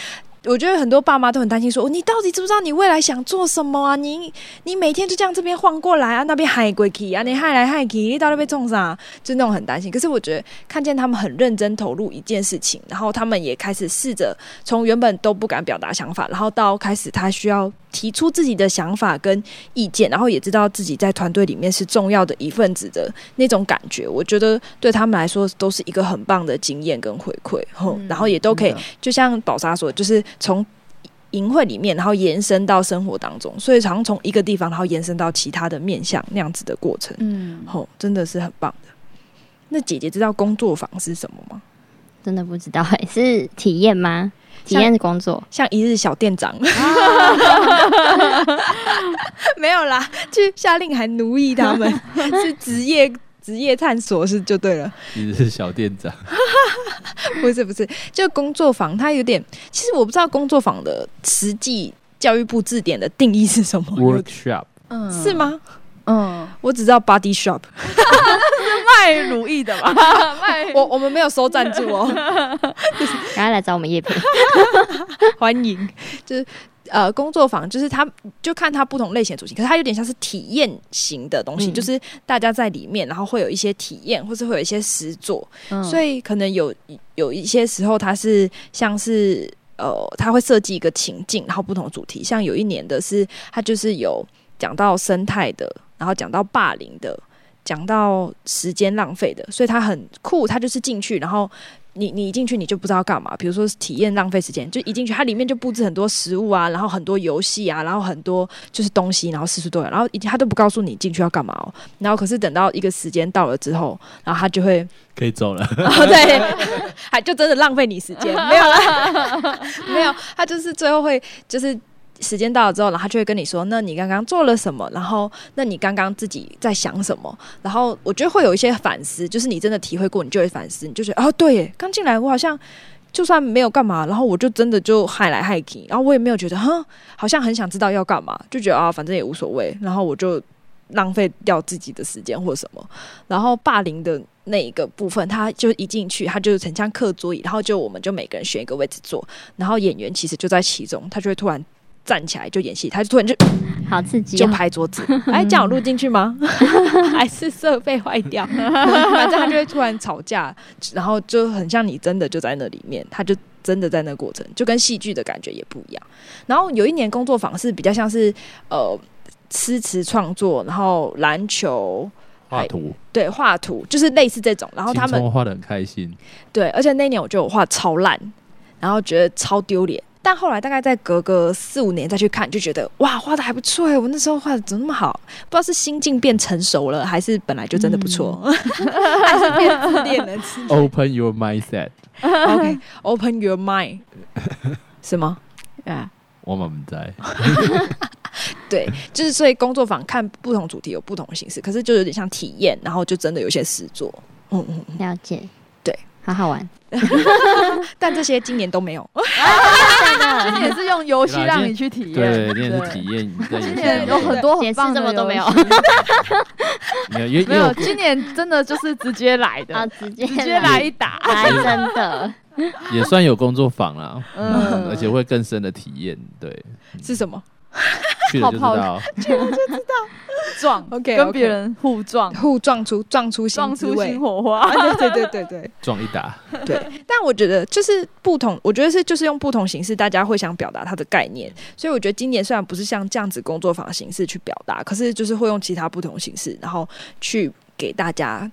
我觉得很多爸妈都很担心说你到底知不知道你未来想做什么啊？你你每天就这样这边晃过来啊，那边嗨过去啊，你嗨来嗨去，你到那边种啥？就那种很担心。可是我觉得看见他们很认真投入一件事情，然后他们也开始试着从原本都不敢表达想法，然后到开始他需要提出自己的想法跟意见，然后也知道自己在团队里面是重要的一份子的那种感觉，我觉得对他们来说都是一个很棒的经验跟回馈，吼、
嗯
然后也都可以
真的，
就像宝莎说，就是从淫秽里面，然后延伸到生活当中，所以常从一个地方，然后延伸到其他的面向那样子的过程，
嗯，
吼、真的是很棒的。那姐姐知道工作坊是什么吗？
真的不知道哎、是体验吗？体
像
验工作，
像一日小店长， 没有啦，去下令还奴役他们，是职业职业探索是就对了。
你是小店长，
不是不是，就工作坊，它有点，其实我不知道工作坊的实际教育部字典的定义是什么，
workshop
嗯
是？吗？
嗯，
我只知道 Body Shop，
卖如 意的吧？卖
我我们没有收赞助 哦，
赶快来找我们 叶培。
欢迎。就是呃，工作坊就是它，就看它不同类型的主题，可是它有点像是体验型的东西，
嗯
就是大家在里面，然后会有一些体验，或是会有一些实作，
嗯
所以可能有有一些时候它是像是呃，它会设计一个情境，然后不同的主题，像有一年的是它就是有讲到生态的，然后讲到霸凌的，讲到时间浪费的，所以它很酷，它就是进去，然后。你你一进去你就不知道干嘛，比如说是体验浪费时间，就一进去它里面就布置很多食物啊，然后很多游戏啊，然后很多就是东西，然后四处都有，然后一它都不告诉你进去要干嘛哦，然后可是等到一个时间到了之后，然后它就会
可以走了。
哦，对，还就真的浪费你时间，没有啦， 没有，他就是最后会就是。时间到了之后，然后他就会跟你说：“那你刚刚做了什么？然后，那你刚刚自己在想什么？然后，我觉得会有一些反思，就是你真的体会过，你就会反思，你就觉得哦，对耶，刚进来我好像就算没有干嘛，然后我就真的就害来害去，然后我也没有觉得，哼，好像很想知道要干嘛，就觉得啊，反正也无所谓，然后我就浪费掉自己的时间或什么。然后霸凌的那一个部分，他就一进去，他就很像课桌椅，然后就我们就每个人选一个位置坐，然后演员其实就在其中，他就会突然。站起来就演戏，他就突然就
好刺激、
就
哦！
拍桌子，哎，这样有录进去吗？还是设备坏掉？反正他就会突然吵架，然后就很像你真的就在那里面，他就真的在那过程，就跟戏剧的感觉也不一样。然后有一年工作坊是比较像是呃诗词创作，然后篮球，
画图，
对，画图就是类似这种，然后他
轻
们
松画的很开心，
对，而且那一年我觉得我画超烂，然后觉得超丢脸。但后来大概再隔个四五年再去看，就觉得哇，画的还不错哎！我那时候画的怎么那么好？不知道是心境变成熟了，还是本来就真的不错，
嗯
还是变自恋 了。
Open your mindset，
OK，Open、your mind，是吗？
啊，
我们在
对，就是所以工作坊看不同主题有不同的形式，可是就有点像体验，然后就真的有一些实作。嗯嗯，嗯
了解，
对，
好好玩。
但这些今年都没有。
今年是用游戏让你去体验，
对，你也是
对
体验在游
今
戏当
年有
中
很多很
解释
棒的
这么多没有
游戏，
没有，因为
没
因为
有，
我
今年真的就是直接来
啊，
的，
直接
直接来一打，
来，真的。
也算有工作坊啦，嗯
嗯，
而且会更深的体验，对，
是什么
去了就知
泡泡
道，
撞
OK，OK
跟别人互撞，
互撞出撞出新
撞
滋
出
味
新火花。
啊！ 对对对对对
撞一 打，
对。但我觉得就是不同，我觉得是就是用不同形式，大家会想表达它的概念。所以我觉得今年虽然不是像这样子工作坊的形式去表达，可是就是会用其他不同形式，然后去给大家，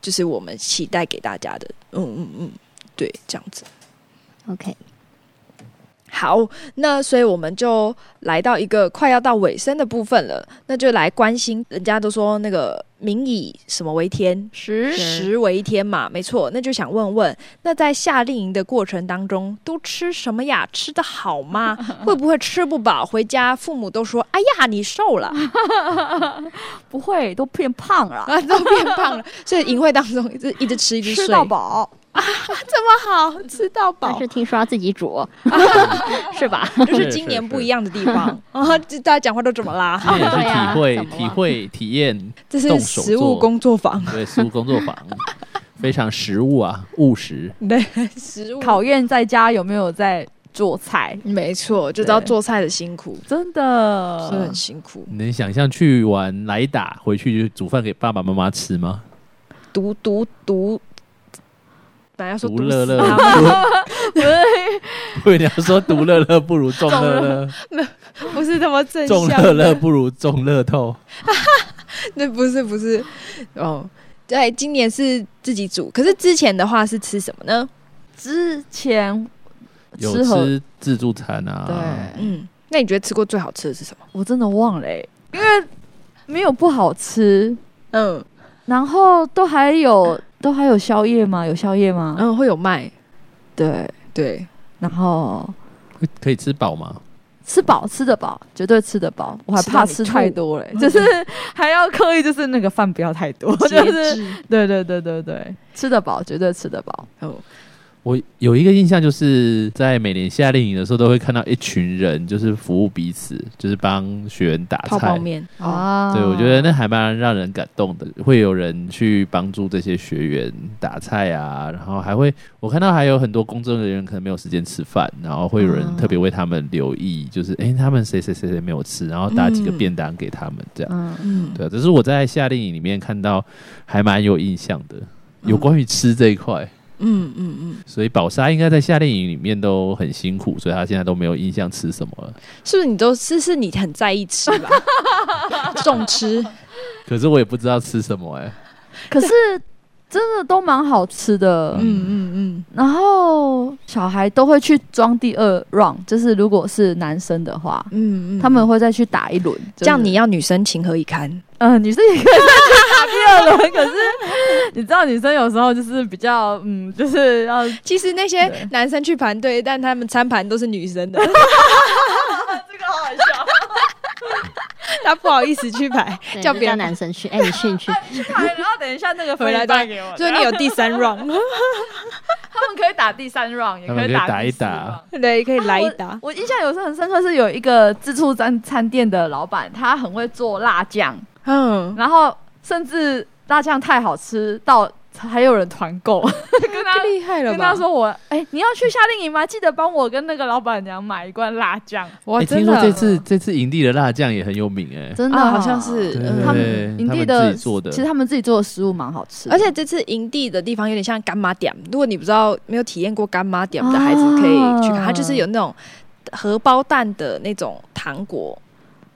就是我们期待给大家的，嗯嗯嗯，对，这样子。
OK，
好，那所以我们就来到一个快要到尾声的部分了，那就来关心，人家都说那个民以什么为天，
十
食为天嘛，没错。那就想问问，那在夏令营的过程当中，都吃什么呀？吃的好 吗？会不会吃不饱？回家父母都说：“哎呀，你瘦了
不会都变 胖了，
啊，都变胖了。”所以营会当中一直一直吃嗯一直睡，啊
吃到饱。
这么好，吃到
但
饱
是，听说要自 己煮，哦是吧？
就是今年不一样的地方啊！这大家讲话都怎么啦？
今年也去
对啊怎
体会
么了
体会体验，
这是
动手
食物
做
工作坊，
对，食物工作坊，非常实物啊，务实，
对，食物
考验在家有没有在做菜，
没错，就知道
对
做菜的辛苦，
真
真的
的
很。辛苦，
你能想象去玩来打，回去就煮饭给爸爸妈妈吃吗？
读读读。本来要说啊
独
毒
乐
死
乐
他们，
对，你要说独乐乐不如众乐乐，
不是这么正
众
向
乐乐不如众乐透，
那不是不是哦，对，今年是自己煮，可是之前的话是吃什么呢？
之前
有
吃和
吃自助餐啊，
对，
嗯，那你觉得吃过最好吃的是什么？
我真的忘了欸，因为没有不好吃，
嗯
然后都还有都还有宵夜吗？有宵夜吗？
嗯，会有卖，
对，
对，
然后
会可以吃饱吗？
吃饱吃得饱，绝对吃得饱，我还
吃到
怕
你
吃
吐嗯
太多嘞，就是还要刻意就是那个饭不要太多，就是
制
对对对对对，吃得饱绝对吃得饱，
哦。
我有一个印象，就是在每年夏令营的时候，都会看到一群人，就是服务彼此，就是帮学员打
泡泡
啊菜。
面哦，
哦
对，我觉得那还蛮让人感动的，会有人去帮助这些学员打菜啊，然后还会我看到还有很多工作人员可能没有时间吃饭，然后会有人
嗯
特别为他们留意，就是诶，他们谁谁谁谁没有吃，然后打几个
嗯
便当给他们这样。
嗯，
嗯，
对啊，这是我在夏令营里面看到还蛮有印象的，有
嗯
关于吃这一块。
嗯嗯嗯，
所以宝莎应该在夏令营里面都很辛苦，所以她现在都没有印象吃什么了。
是不是你都是是你很在意吃吧？ 重吃，
可是我也不知道吃什么哎、
可是真的都蛮好吃的。
嗯嗯嗯，
然后小孩都会去装第二 round，就是如果是男生的话，
嗯嗯，
他们会再去打一轮。
这样你
要，
要女生情何以堪？
嗯、女生也可以再去打第二轮，可是你知道女生有时候就是比较，嗯，就 是要
其实那些男生去盘队，但他们餐盘都是女生的。 这个好 笑。他不好意思去排，
对
叫
就
别人
男生去，哎，你去，你去，
然后等一下那个
回来再，所以你有第三 round，
他们可以打第三 round，也
他们可以打一
第四 round
打，
对，可以来一
啊
打。
我。我印象有时候很深刻，是有一个自助餐餐店的老板，他很会做辣酱，
嗯，
然后甚至辣酱太好吃到还有人团购，跟他
太厉害了
跟他
吧？
说我哎、你要去夏令营吗？记得帮我跟那个老板娘买一罐辣酱。
哇，
欸
真
听说这
的
次这次营地的辣酱也很有名哎、
真
啊，好像是
对
嗯
呃他
对
们营
他
地
们
的
自己做的
其实他们自己做的食物蛮好吃的，
而且这次营地的地方有点像干妈点，如果你不知道没有体验过干妈点的孩子，可以去看，
啊
它就是有那种荷包蛋的那种糖果，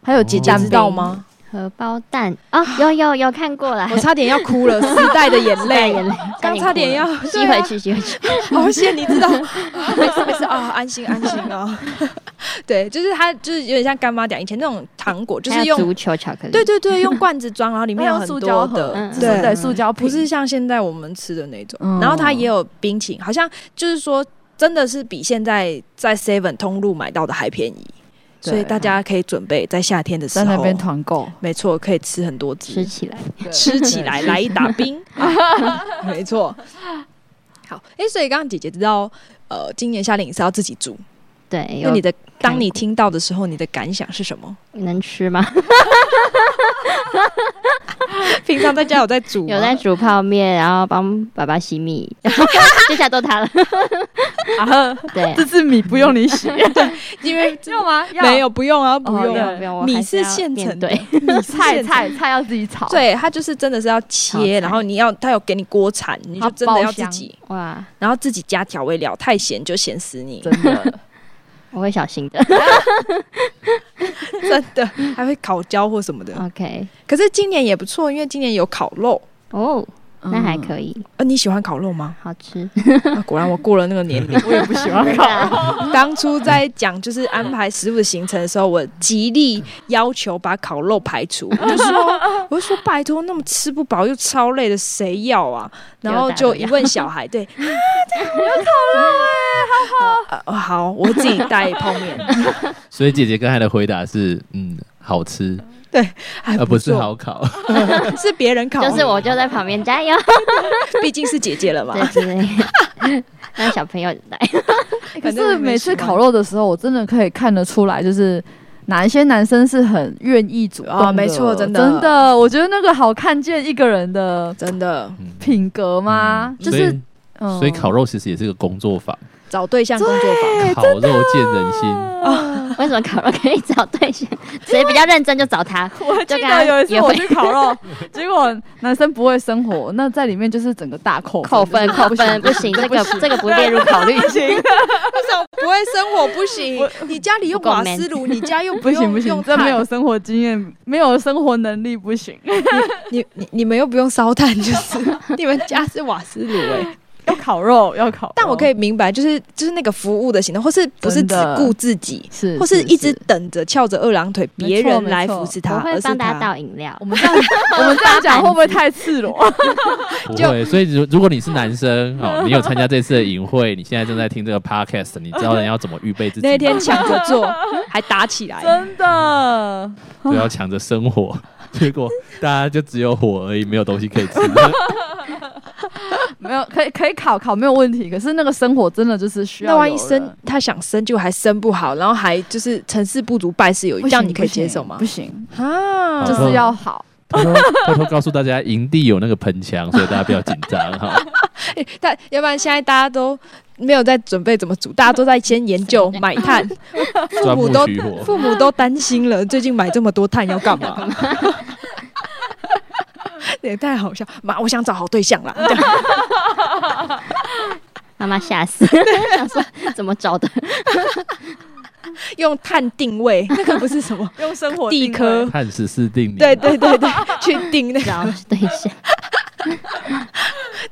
还有
姐
姐
姐
姐
知道？吗？
荷包蛋啊，有有有看过了
我， 差点要哭了， 时代的眼
带
泪，
眼泪，
刚差点要
吸回，去，吸回去，
对啊好险你知道，啊没事没事啊，安心安心啊。 对，就是它就是有点像干妈点，以前那种糖果，就
还
是
有
用
足球巧克力，
对对对， 用罐子装，然后里面有很
塑
多
胶盒
的，
嗯嗯
对
对对，塑胶
不
瓶
是像现在我们吃的那种。
嗯
然后它也有冰淇淋，好像就是说真的是比现在在 Seven 通路买到的还便宜，
对
所以大家可以准备在夏天的时
在
候，
那边团购，
没错，可以吃很多
吃
只，
起来，
吃起 来来一打冰，没错。好，哎、所以刚刚姐姐知道，呃，今年夏令营是要自己煮，
对，
那
有
你的当
过
你听到的时候，你的感想是什么？
能吃吗？
平常在家有在煮吗，
有在煮泡面，然后帮爸爸洗米， 这下都他了。
啊，
对啊，
这次米不 用你洗，
因 为
要吗？要
没有不用啊，不
哦
用
没
啊，
有没有，我
米
还
是
要
现
面
成的
对，
米是
菜
现成
菜菜要自己炒，
对，它就是真的是要切，
炒
然后你要它有给你锅铲，你就
它
真的要
爆
自
香
己，
哇，
然后自己加调味料，太咸就咸死你，
真的。
我会小 心的。
真的还会烤焦或什么
嗯
的。
OK，
可是今年也不错，因为今年有烤肉。
哦，那还
以，
可以，
呃，你喜欢烤肉吗？
好吃。
啊果然我过了那个年龄。
我也不喜欢
真
烤。
的
当初在讲就是安排食物的行程的时候，我极力要求把烤肉排 除，我就说，我就说拜托，那么吃不饱又超累的，谁要啊？然后就一问小孩，对， 啊，这样啊有烤肉哎，好好，呃好，我自己带泡面。
所以姐姐刚才的回答是嗯好 吃，呃
还
啊而不是
哎错，
好烤。
是别人烤，
就是我就在旁边加油，
毕竟是姐姐了嘛
对。之类的。让小朋友来，
可
反正你
是
们
每
喜
次
欢
烤肉的时候，我真的可以看得出来，就是哪一些男生是很愿意主动的。
啊没错真的
真的，我觉得那个好看见一个人的
真的，
嗯
品格吗？就
所以
是，嗯
所以烤肉其实也是个工作坊，
找对象工作 坊，
哎
烤
啊
肉见人 心。
为什么烤肉可以找对象？谁比较认真就找他。
我记
就跟他
得有一次
约
我
会
去烤肉，结果男生不会生火，那在里面就是整个大扣
扣分，扣分，不行，这个这个不列入考 虑。
不会生活不行。你家里用
不够
瓦
man
斯炉，你家又
不行
用
不行
用，
这没
炭
有生活经验，没有生活能力不行。
你你你们又不用烧炭，就是你们家是瓦斯炉哎。
要烤肉，要烤肉。
但我可以明白，就是就是那个服务的行动，或是不是
真
只
的
顾自己，
是，
或是一直等着翘着二郎腿
没
别
错
人
没
来
错
扶持他，
我
而
会
是
帮大家
他。
倒饮料
我，们这样， 我们这样讲会不会太赤裸？
不
就
会，所以如如果你是男生 哦，你有参加这次的营会，你现在正在听这个 podcast，你知道你要怎么预备自己吗，
那天抢着做，还打起来，
真的，
就
哦
要抢着 生火，结果大家就只有火而已，没有东西可以吃。
没有可以可以考考没有问题，可是那个生活真的就是需要
那
有人。
万一生他想生就还生不好，然后还就是成事不足败事有余，
不
这样
行
你可以
不行
接受吗
不？行，
啊，
就是要好。
偷偷偷偷告诉大家，营地有那个喷枪，所以大家不要紧张哈。
欸但要不然现在大家都没有在准备怎么煮，大家都在先研究买炭，父
钻
母
木
都
取火，
父母都担心 了，最近买这么多炭要干 嘛？也太好笑，妈，我想找好对象啦。这 样
妈妈吓 死，想说怎么找的？
用碳定位， 那个不是什么
用生活
地科，
碳十四定理，
对对对对，去定 那个，
找对象，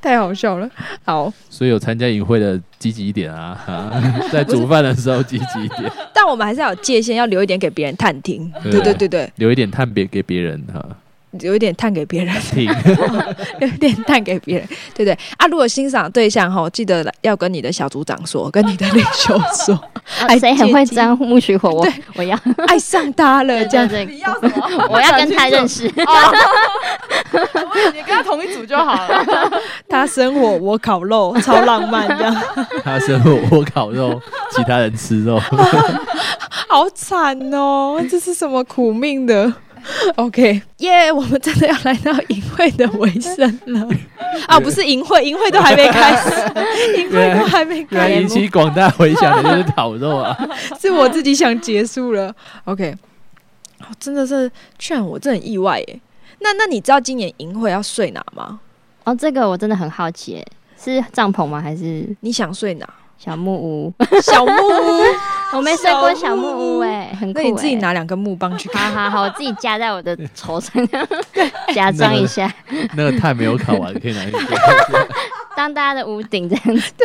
太好笑了。好，
所以有参加营会的积极一点啊， 啊在煮饭的时候积极一点，
但我们还是要有界限，要留一点给别人探听。
对
对对对对，
留一点碳别给别人哈，
留一点探给 别人，
挺
留一点探给别人，对对啊。如果欣赏对象哈，记得要跟你的小组长说，跟你的领袖 说，
哦谁很会钻木取火？我我要
爱上他 了这样。
对
你要什么？
我要跟他认 识，
哦，我以为你跟他同一组就好了。
他生火，我烤 肉，超浪漫这样，
他生火我烤肉，其他人 吃肉，
好惨哦！这是什么苦命的？OK，耶我们真的要来到淫秽的尾声了 啊！不是淫秽，淫秽都还没开始，淫秽都还没
原来
开
引
始，
起广大回响的就是烤肉啊。
是我自己想结束了。OK，哦真的是，居然我真的很意外耶。那那你知道今年淫秽要睡哪吗？
哦，这个我真的很好奇耶，是帐篷吗？还是
你想睡哪？
小木屋？
小木屋？
我没睡过小木屋哎、很酷、
那
欸。
你自己。拿两根木棒去
好
看。
好好，我自己夹在我 的 头上，假装一下，
那个碳没有烤完，可以拿 去做。
当大家的屋顶这样 子。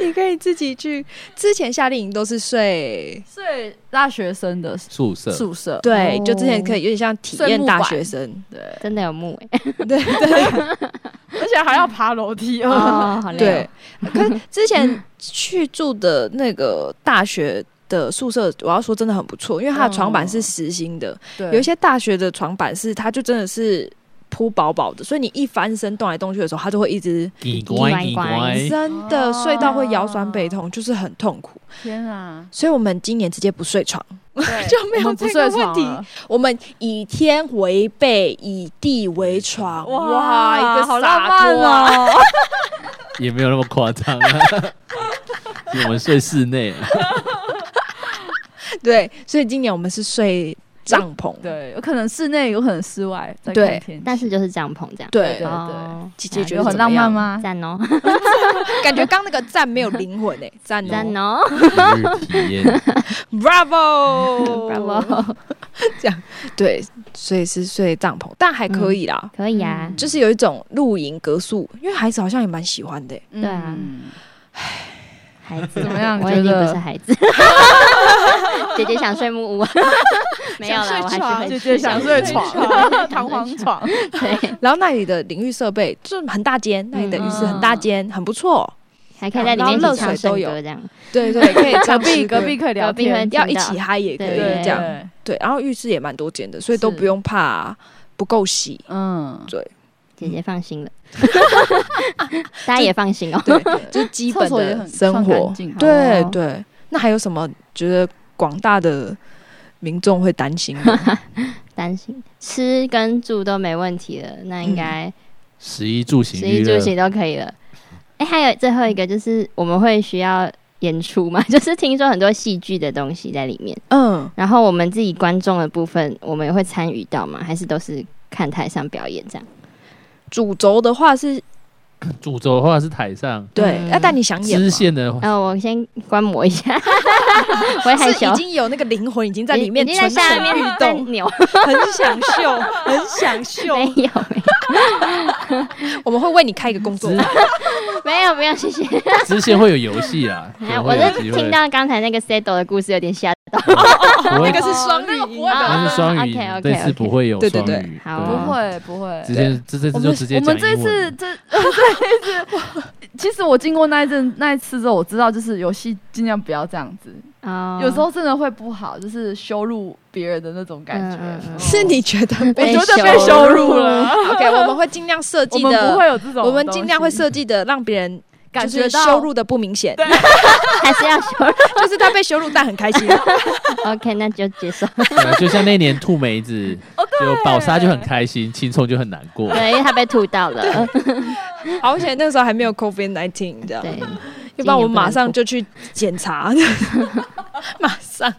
你可以自己去。之前夏令营都是睡，
睡大学生的
宿舍
宿舍，
对，
哦
就之前可以有点像体
睡
验
木
大
板
学 生，
对，
真的有木哎、
对对
而且还要爬楼梯哦。
哦，好累、
对
哦。。
可是之
嗯
前去住的那个大学。的宿舍，我要说真的很不错，因为它的床板是实心的，
嗯对
有一些大学的床板是它就真的是铺薄薄的，所以你一翻身动来动去的时候，它就会一直
奇
怪奇
哎
怪
真的
哦
睡到会腰酸背痛，就是很痛苦。
天啊，
所以我们今年直接不睡床， 就没
我
有
们不
这
睡
个
床
问题。
了
我们以天为被，以地为床。
哇
哇，一个
好
洒
浪漫
脱啊！
哦！
也没有那么夸张啊。 因为我们睡室内，啊
对，所以今年我们是睡帐篷。
对，有可能室内，有可能室外，在
对
看天气
但是就是帐篷这样。
对
对
哦
姐姐觉
有
得
很
怎么
浪漫
样？
吗？
赞哦，
感觉刚那个赞没有灵魂诶，赞
赞
哦
哦
日体验，
哦，Bravo，Bravo，
，Bravo，
这样对，所以是睡帐篷，但还可以啦，
可以啊
嗯。
就是有一种露营格宿，因为孩子好像也蛮喜欢的欸。
对
对啊
嗯
孩子啊
怎么样
我已经
觉得
不是孩 子。姐姐想睡木屋，啊没有啦，我还是会
姐姐想睡 床， 弹簧床，
对，
然后那里的淋浴设备就是很大间，那里的浴室很大间，很不错。
还可以在里面一
然后
起
热
唱
水都
圣
有
歌这样。
对对，可以
隔
隔
壁隔壁可以聊
隔壁会
天，
要一起
听到
嗨也可以
对
这样。
对，
对，然后浴室也蛮多间的，所以
是
都不用怕不够洗。
嗯，
姐姐放心 了， 大家也放心哦。
对， 就基本
厕所也
的
很
生
算
活
干。净
对
哦
对，那还有什么觉得广大的民众会担心 的？
担心吃跟住都没问题了，那应
嗯
该
十一住行
食
娱
衣住
乐，
行都可以了。哎，还有最后一个就是我们会需要演出嘛， 就是听说很多戏剧的东西在里面，
嗯，
然后我们自己观众的部分，我们也会参与到吗？还是都是看台上表演这样？
主轴的话是
主轴的话是台上，
对，
嗯
那但你想演
支
吗
线的
呃，我先观摩 一下，我会害
是
羞
已，经有那个灵魂已经在里面
已经在
蠢
下
蠢
面
欲
在
动，
扭，
很想秀，很 想秀
没。有没有
我们会为你开一个工作
支
坊，
没有没有，谢谢。
支线会有游戏啊，可
哎
能
我
会
是
有机
听
会。
到刚才那个 Sedo 的故事有点吓到，
不会
那个是双
那
语
个不
音
会
啊
那是双语
OK，OK，OK，
这次不会有
对对
双
对
语，
好
对啊
不会不会
直。接这这
我
次就
们
直
我
接讲
们这
英
次
文，
这其实我经过那一阵那一次之后，我知道就是游戏尽量不要这样子，
哦
有时候真的会不好，就是羞辱别人的那种感觉。
嗯嗯嗯
是你觉得
我
被
觉得
被
被
羞
羞
辱
辱了，
OK，我们会尽量设
我
计
们
的，
不会有这种，
我们尽量会设计的让别人
感
就
觉
是
到
羞辱的不明显，
还是要修。
就是他被羞辱但很开 心。
OK，那就接受。
对啊就像那年兔梅子，就宝莎就很开心，青葱就很难过。
对，因为他被吐到了。
好险那时候还没有 COVID nineteen，你知道吗？
对，
要不然我马上就去检 查，马上，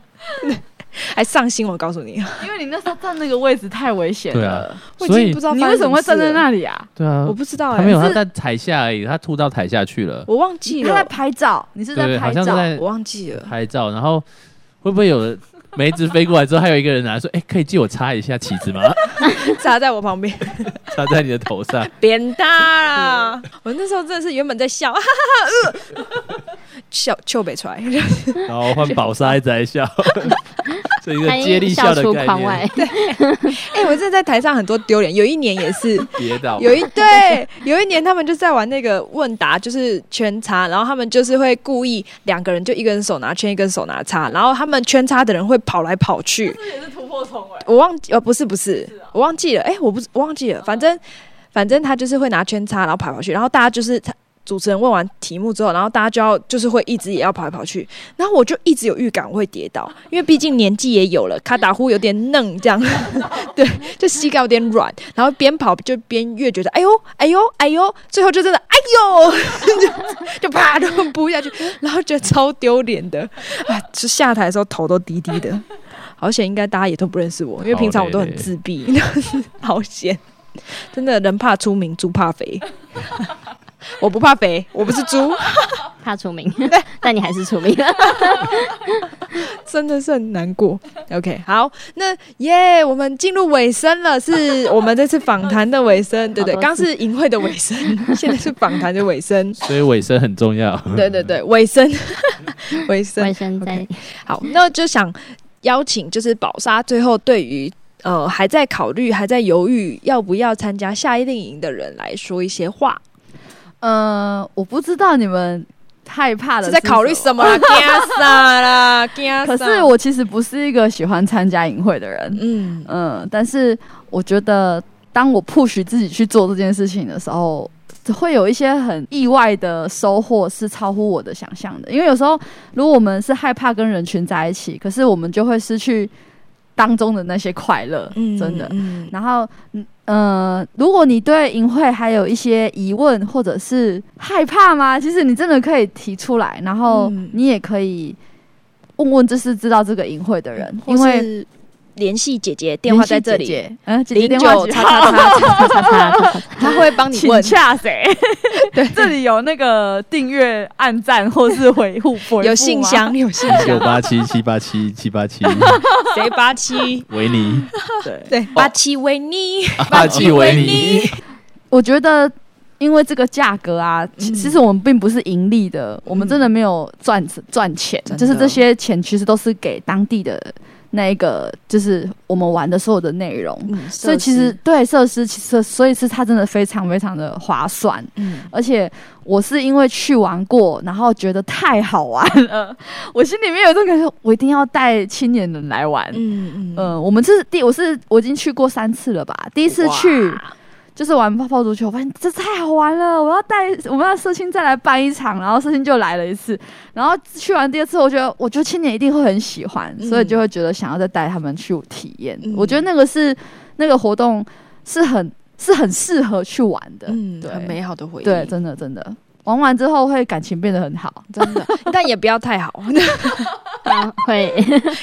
还上新闻告诉你，
因为你那时候站那个位置太危险
对
了
啊。
我已
所
经
以
不知道
你为什么会站在
里，
那里啊？
对啊
我，不知道
他
哎，
没有，他
是
在台下而已，他吐到台下去了。
我忘记
他在
了，
拍照，你是在
对，好
拍
像是
照？
在
我忘记了，
拍照，然后会不会有人梅子飞过来之后，还有一个人拿说：“哎、可以借我插一下旗子吗？
砸在我旁边，
插在你的头上。
扁他啦！ 我那时候真的是原本在笑，哈哈哈，呃笑笑北出来，”
然后换宝莎一直在笑，这一个
他已
接力
经
笑
笑
的
出
概
框外
念，。
哎，我真的在台上很多丢脸，有一年也是。
跌倒。
有一 对，有一年他们就在玩那个问答，就是圈叉，然后他们就是会故意两个人就一个人手拿圈，一个人手拿叉，然后他们圈叉的人会跑来跑 去。
这也是突破重围。
我忘记，呃，不是不是，我忘记了，哎、我不是我忘记了，反正反正他就是会拿圈叉，然后跑来跑去，然后大家就是他。主持人问完题目之后，然后大家就要就是会一直也要跑来跑去，然后我就一直有预感我会跌倒，因为毕竟年纪也有了，卡达呼有点嫩这样， 对，就膝盖有点软，然后边跑就边越觉得哎呦哎呦哎呦，最后就真的哎呦， 就就啪就扑下去，然后觉得超丢脸的，啊，就下台的时候头都低低的，好险，应该大家也都不认识我，因为平常我都很自闭， 好险，真的人怕出名，猪怕肥。 我不怕肥，我不是猪，
怕出名，但你还是出名了。
真的是很难过。OK，好，那耶我们进入尾声了， 是我们这次访谈的尾声，对不对？
好多
刚是淫秽的尾 声，现在是访谈的尾声，
所以尾声很重要。
对对对，尾声， 尾声
卫，生在
OK 好，那就想邀请就是宝莎，最后对于呃还在考虑、还在犹豫要不要参加夏令营的人来说一些话，
嗯，我不知道你们害怕的
是哦
是
在考虑什么啦？惊啥 啦？惊啥？
可是我其实不是一个喜欢参加营会的人，
嗯，
嗯，但是我觉得当我 push 自己去做这件事情的时候，会有一些很意外的收获，是超乎我的想象的。因为有时候，如果我们是害怕跟人群在一起，可是我们就会失去当中的那些快乐，
嗯
真的。
嗯
然后，嗯呃，如果你对淫秽还有一些疑问或者是害怕吗？其实你真的可以提出来，然后
嗯
你也可以问问，就是知道这个淫秽的人，
嗯或
因为
是联系姐姐，电话在这
林夕
里，
姐姐，嗯、姐姐
零
电
九
话
叉叉叉叉，
叉叉叉叉叉
他会帮你
请
问。
洽谁？对，这里有那个订阅、按赞或是回复，回复
有
吗
信，箱，有信
六
箱，
八七七八七七八七，
谁八七？
维尼，
对。
对，八七维尼，
八七维尼
尼，
我觉得，因为这个价格啊，其其实我们并不是盈利的，我们真的没有赚赚钱
真，的
嗯就是这些钱其实都是给当地的那一个，就是我们玩的所有的内容。
嗯
所以其实，对设施，其实所以是它真的非常非常的划算，
嗯，
而且我是因为去玩过，然后觉得太好玩了， 我心里面有这种感觉，我一定要带青年人来玩。
嗯嗯
嗯，我们这是第我是我已经去过三次了吧？第一次去就是玩泡泡足球，我发现这太好玩了，我要带我们要社青再来办一场，然后社青就来了一次，然后去完第二次，我觉得我觉得青年一定会很喜欢，
嗯
所以就会觉得想要再带他们去体验。
嗯
我觉得那个是那个活动是很是很适合去玩的，
嗯，
对
很美好的回忆，
对，真的真的。玩完之后会感情变得很好，
真的， 但也不要太 好，
叉会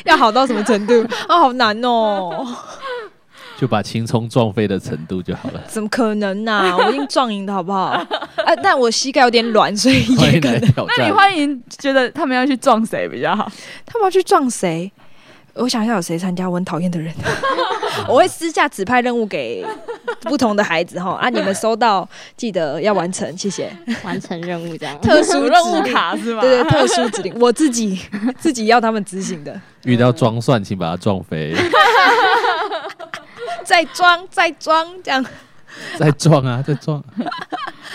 要好到什么 程度啊？好难哦，
就把青葱撞飞的程度就好了。
怎么可能呢、我已经撞赢的好不 好？啊，但我膝盖有点软，所以
欢
也
迎
可
来
能。
挑
那
战
你。欢迎觉得他们要去撞谁比较好？
他们要去撞谁？我想一下有谁参加，我很讨厌 的人，我会私下指派任务给不同的孩子哈啊，你们收到记得要完成，谢谢。
完成任务这样。
特殊
任务
指令，
卡是吗？
对对，特殊指令，我自己 自己要他们执行的，
遇到装蒜，请把它撞飞。
再装再装这样。
再撞啊，再撞，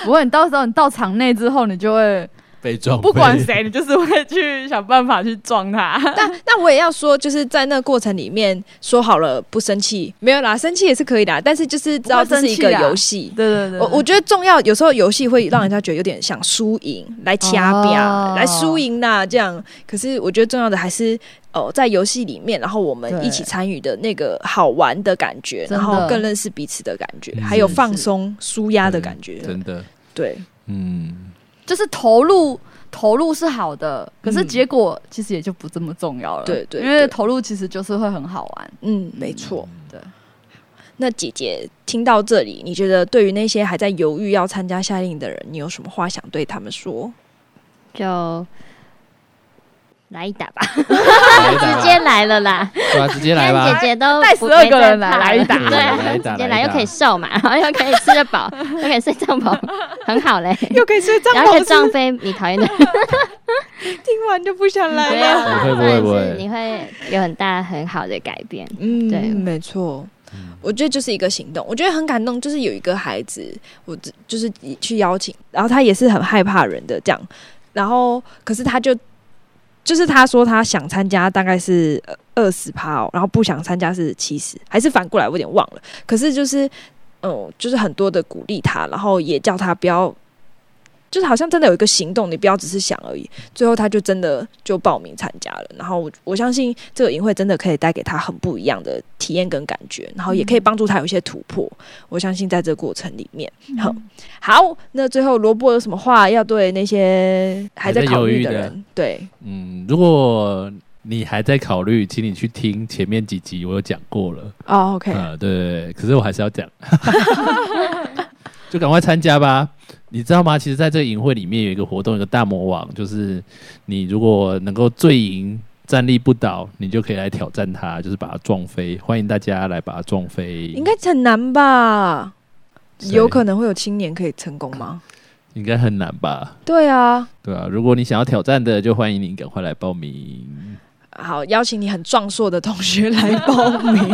不过你到时候你到场内之后，你就会
被撞，
不管
被，
谁，你就是会去想办法去撞他。
但但我也要说，就是在那个过程里面说好了不生气，没有啦，生气也是可以的啊，但是就是知道这是一个游戏。
对对对，
我我觉得重要，有时候游戏会让人家觉得有点想输赢，来掐表、
哦
来输赢啦，这样。可是我觉得重要的还是，哦、在游戏里面，然后我们
对
一起参与的那个好玩的感觉，
真的
然后更认识彼此的感觉，
嗯
还有放松、舒压的感觉。
真的，
对，
嗯，
就是投入投入是好的，可是
嗯
结果其实也就不这么重要了。
对对
因为
对
投入其实就是会很好玩。
嗯，没错。
对，
那姐姐听到这里，你觉得对于那些还在犹豫要参加夏令营的人，你有什么话想对他们说？
就来一打吧，
来打吧
直接来了啦！
对啊，直接来
看
吧
姐，姐都
带
不
12个人
没在
来
怕
来一打
对啊
来一，打
直接
来
来
一
又
打
可以瘦嘛，然后又可以吃得饱，又可以睡帐篷，很好嘞。
又可以睡帐
然后可以撞飞你讨厌的人，
听完就不想
没有
了。
啦
不会不会
重点是
不会
你会有很大很好的改变。
嗯，
对
没错。我觉得就是一个行动，我觉得很感动，就是有一个孩子，我只就是去邀请，然后他也是很害怕人的这样，然后可是他就就是他说他想参加大概是呃二十趴哦，然后不想参加是七十，还是反过来我有点忘了，可是就是嗯，就是很多的鼓励他，然后也叫他不要。就是好像真的有一个行动，你不要只是想而已。最后他就真的就报名参加了，然后我我相信这个营会真的可以带给他很不一样的体验跟感觉，然后也可以帮助他有一些突破。我相信在这个过程里面，
嗯
好，好，那最后罗伯有什么话要对那些还在
还在
考
犹
虑
豫
的
的
人？对，
嗯，如果你还在考虑，请你去听前面几集，我有讲过了，
哦，OK，
啊，对，可是我还是要讲， 就赶快参加吧。你知道吗？其实，在这个营会里面有一个活动，有个大魔王，就是你如果能够醉赢、站立不倒，你就可以来挑战他，就是把他撞飞。欢迎大家来把他撞飞。
应该很难吧？
谁
有可能会有青年可以成功吗？
应该很难吧？
对啊，
对啊，如果你想要挑战的，就欢迎你赶快来报名，
好，邀请你很壮硕的同学来报 名。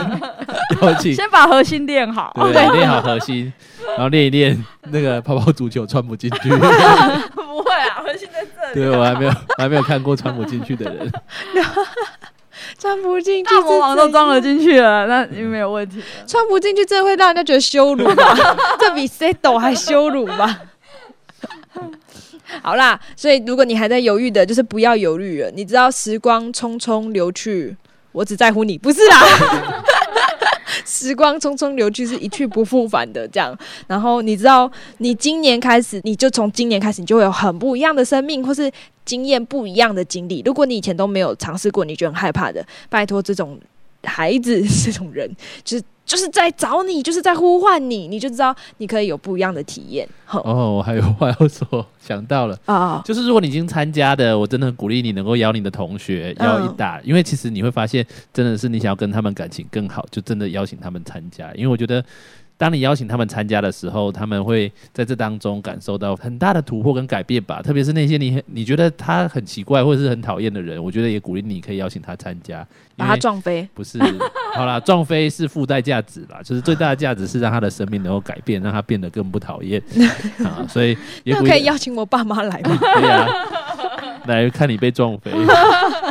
邀请。
先把核心练好。
对，练好核 心，然后练一练那个泡泡足球穿不进去。
不会啊，核心在这
对我还没有，我还没有看过穿不进去的人。
穿不进去，
大魔王都装了，进去了，那也没有问题了。
穿不进去，这会让人家觉得羞辱吧？ 这比 C 斗还羞辱吧？好啦，所以如果你还在犹豫的，就是不要犹豫了。你知道时光匆匆流去，我只在乎你，不是啦。时光匆匆流去是一去不复返的，这样。然后你知道，你今年开始，你就从今年开始，你就会有很不一样的生命，或是经验不一样的经历。如果你以前都没有尝试过，你觉得很害怕的，拜托这种孩子这种人，就是就是在找你，就是在呼唤你，你就知道你可以有不一样的体验。好
哦，我还有话要说，想到了，
啊，
就是如果你已经参加的，我真的很鼓励你能够邀你的同学
嗯
邀一打，因为其实你会发现，真的是你想要跟他们感情更好，就真的邀请他们参加，因为我觉得。当你邀请他们参加的时候，他们会在这当中感受到很大的突破跟改变吧。特别是那些你很你觉得他很奇怪或者是很讨厌的人，我觉得也鼓励你可以邀请他参加，因
把他
为
撞飞。
不是， 好啦，撞飞是附带价值啦，就是最大的价值是让他的生命能够改变，让他变得更不讨 厌啊，所以也
那
鼓
可以
励
邀请我爸妈来吗？
对啊，来看你被撞飞。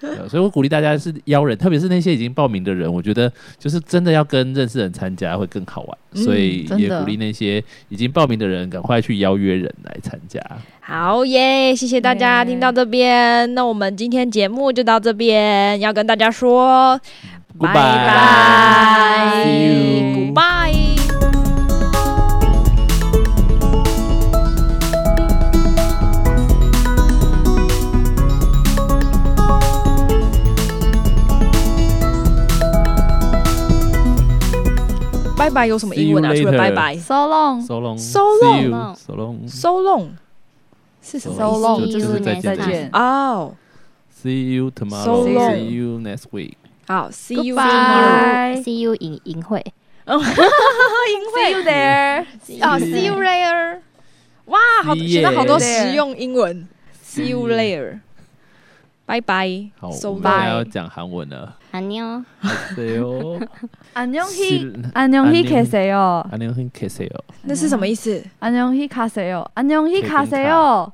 对啊所以我鼓励大家是邀人，特别是那些已经报名的人，我觉得就是真的要跟认识人参加会更好玩，
嗯
所以
真
也
的
鼓励那些已经报名的人赶快去邀约人来参加。
好耶！谢谢大家
耶
听到这边，那我们今天节目就到这边，要跟大家说
Goodbye，
拜
See you
，Goodbye。拜拜有什么英文啊？
See
除
you
了
later
拜拜
So long，
So long,
So
see you,
long
so long,
，so long 是什么
So
So
意
long，
思？
就就是再见
再
的意思
见。
哦，
see you tomorrow,
So
long
see you next week.
好，see you，
Goodbye
See you 银银会，
See you there。哦
啊，see you later。哇，好，
See
学到好多
you
实用英文。See you
See you
later。拜拜
好，
so
我们
bye
要讲韩文了。
阿妞，
对哦，
안녕히
是
안녕히
안녕.
계세요
안녕히계세요。
那是什么意思？
안녕히가세요안녕히
可以
가세
跟
요。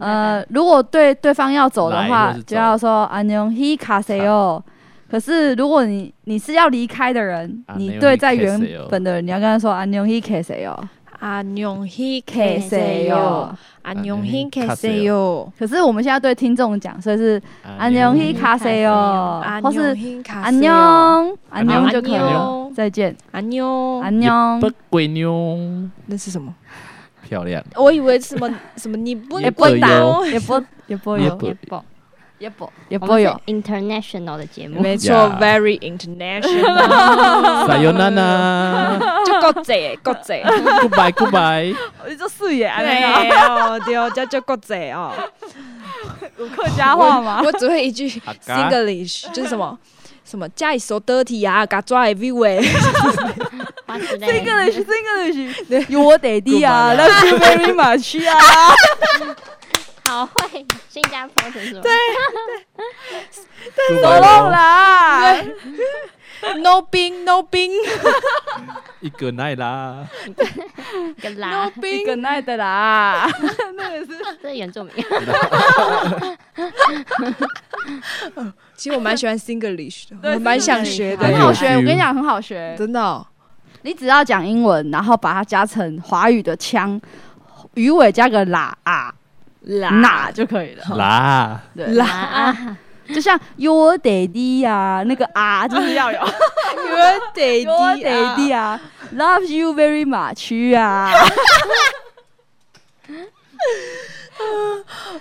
呃，如果对对方要走嗯的
来
话
或是，走
就要说안녕히卡세요。可是如果你你是要离开的人，
안녕히
啊你哦对在原
계세요
本的人，你要跟他说안녕히哦卡세요，
阿牛希
卡
K
세요。
阿牛希 K
안녕히가세
세哟，
可是我们现在对听众讲，所以是안녕
안녕히
히가세요，或是
希卡
안녕啊哦안녕
녕
就可以了。
了。
再见，
阿牛，
안녕
不鬼妞，
那是什么？
漂亮，
我以为什么什么你不
也
能
不会
打
有
哦。
也不也不
也
有
不
也不，
也不也
我
不
们是
有
international 的节目，
没错
Yeah
，very international，
撒尤 娜娜
就国际国 际。
，Goodbye Goodbye。
我就视野
没有，对哦，这就国际哦。
客家话 吗？
我只会一 句
啊嘎
Singlish，就是什么什么家里手 dirty 啊，嘎抓 everywhere。
花之类的。
English, English，有我得地啊，
干
那是 very much 啊。
好会，新加坡的是吗？对，
走了啦，
No 冰，No 冰
一个奈啦，
一个
，No
拉，
一
冰
个。night 的啦。
这是原住民。
其实我蛮喜欢 Singlish 的，
对
我蛮想学
很
很
的，
好
好
学
学，
有
我
feel
跟你讲，很好学。
真的哦。
你只要讲英文，然后把它加成华语的腔，鱼尾加个啦啊那就可以了。
啦，
对，
啦
啊，
就像 your daddy 啊，那个啊就是要有
Your
your
daddy 啊
daddy 啊，love you very much 啊。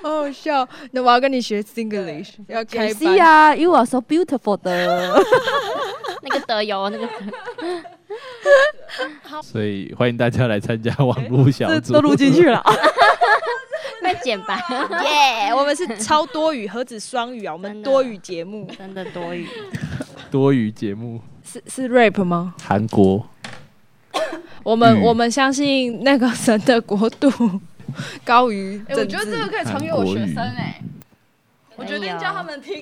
好好笑。那我要跟你学 Singlish，要
解
开
析
班。
啊，you are so beautiful 的。
那个德油，那个
所以欢迎大家来参加网络小
这
组，
都录进去了。
被剪吧，
耶， 我们是超多语，何止双语啊，我
真
们
的
多语节目。
真的多余。
多余节目，
是是 rap 吗？
韩国
我们
嗯
我们相信那个神的国度 高于政治。
可以
传给我学生
哎、
我决定叫他
们听。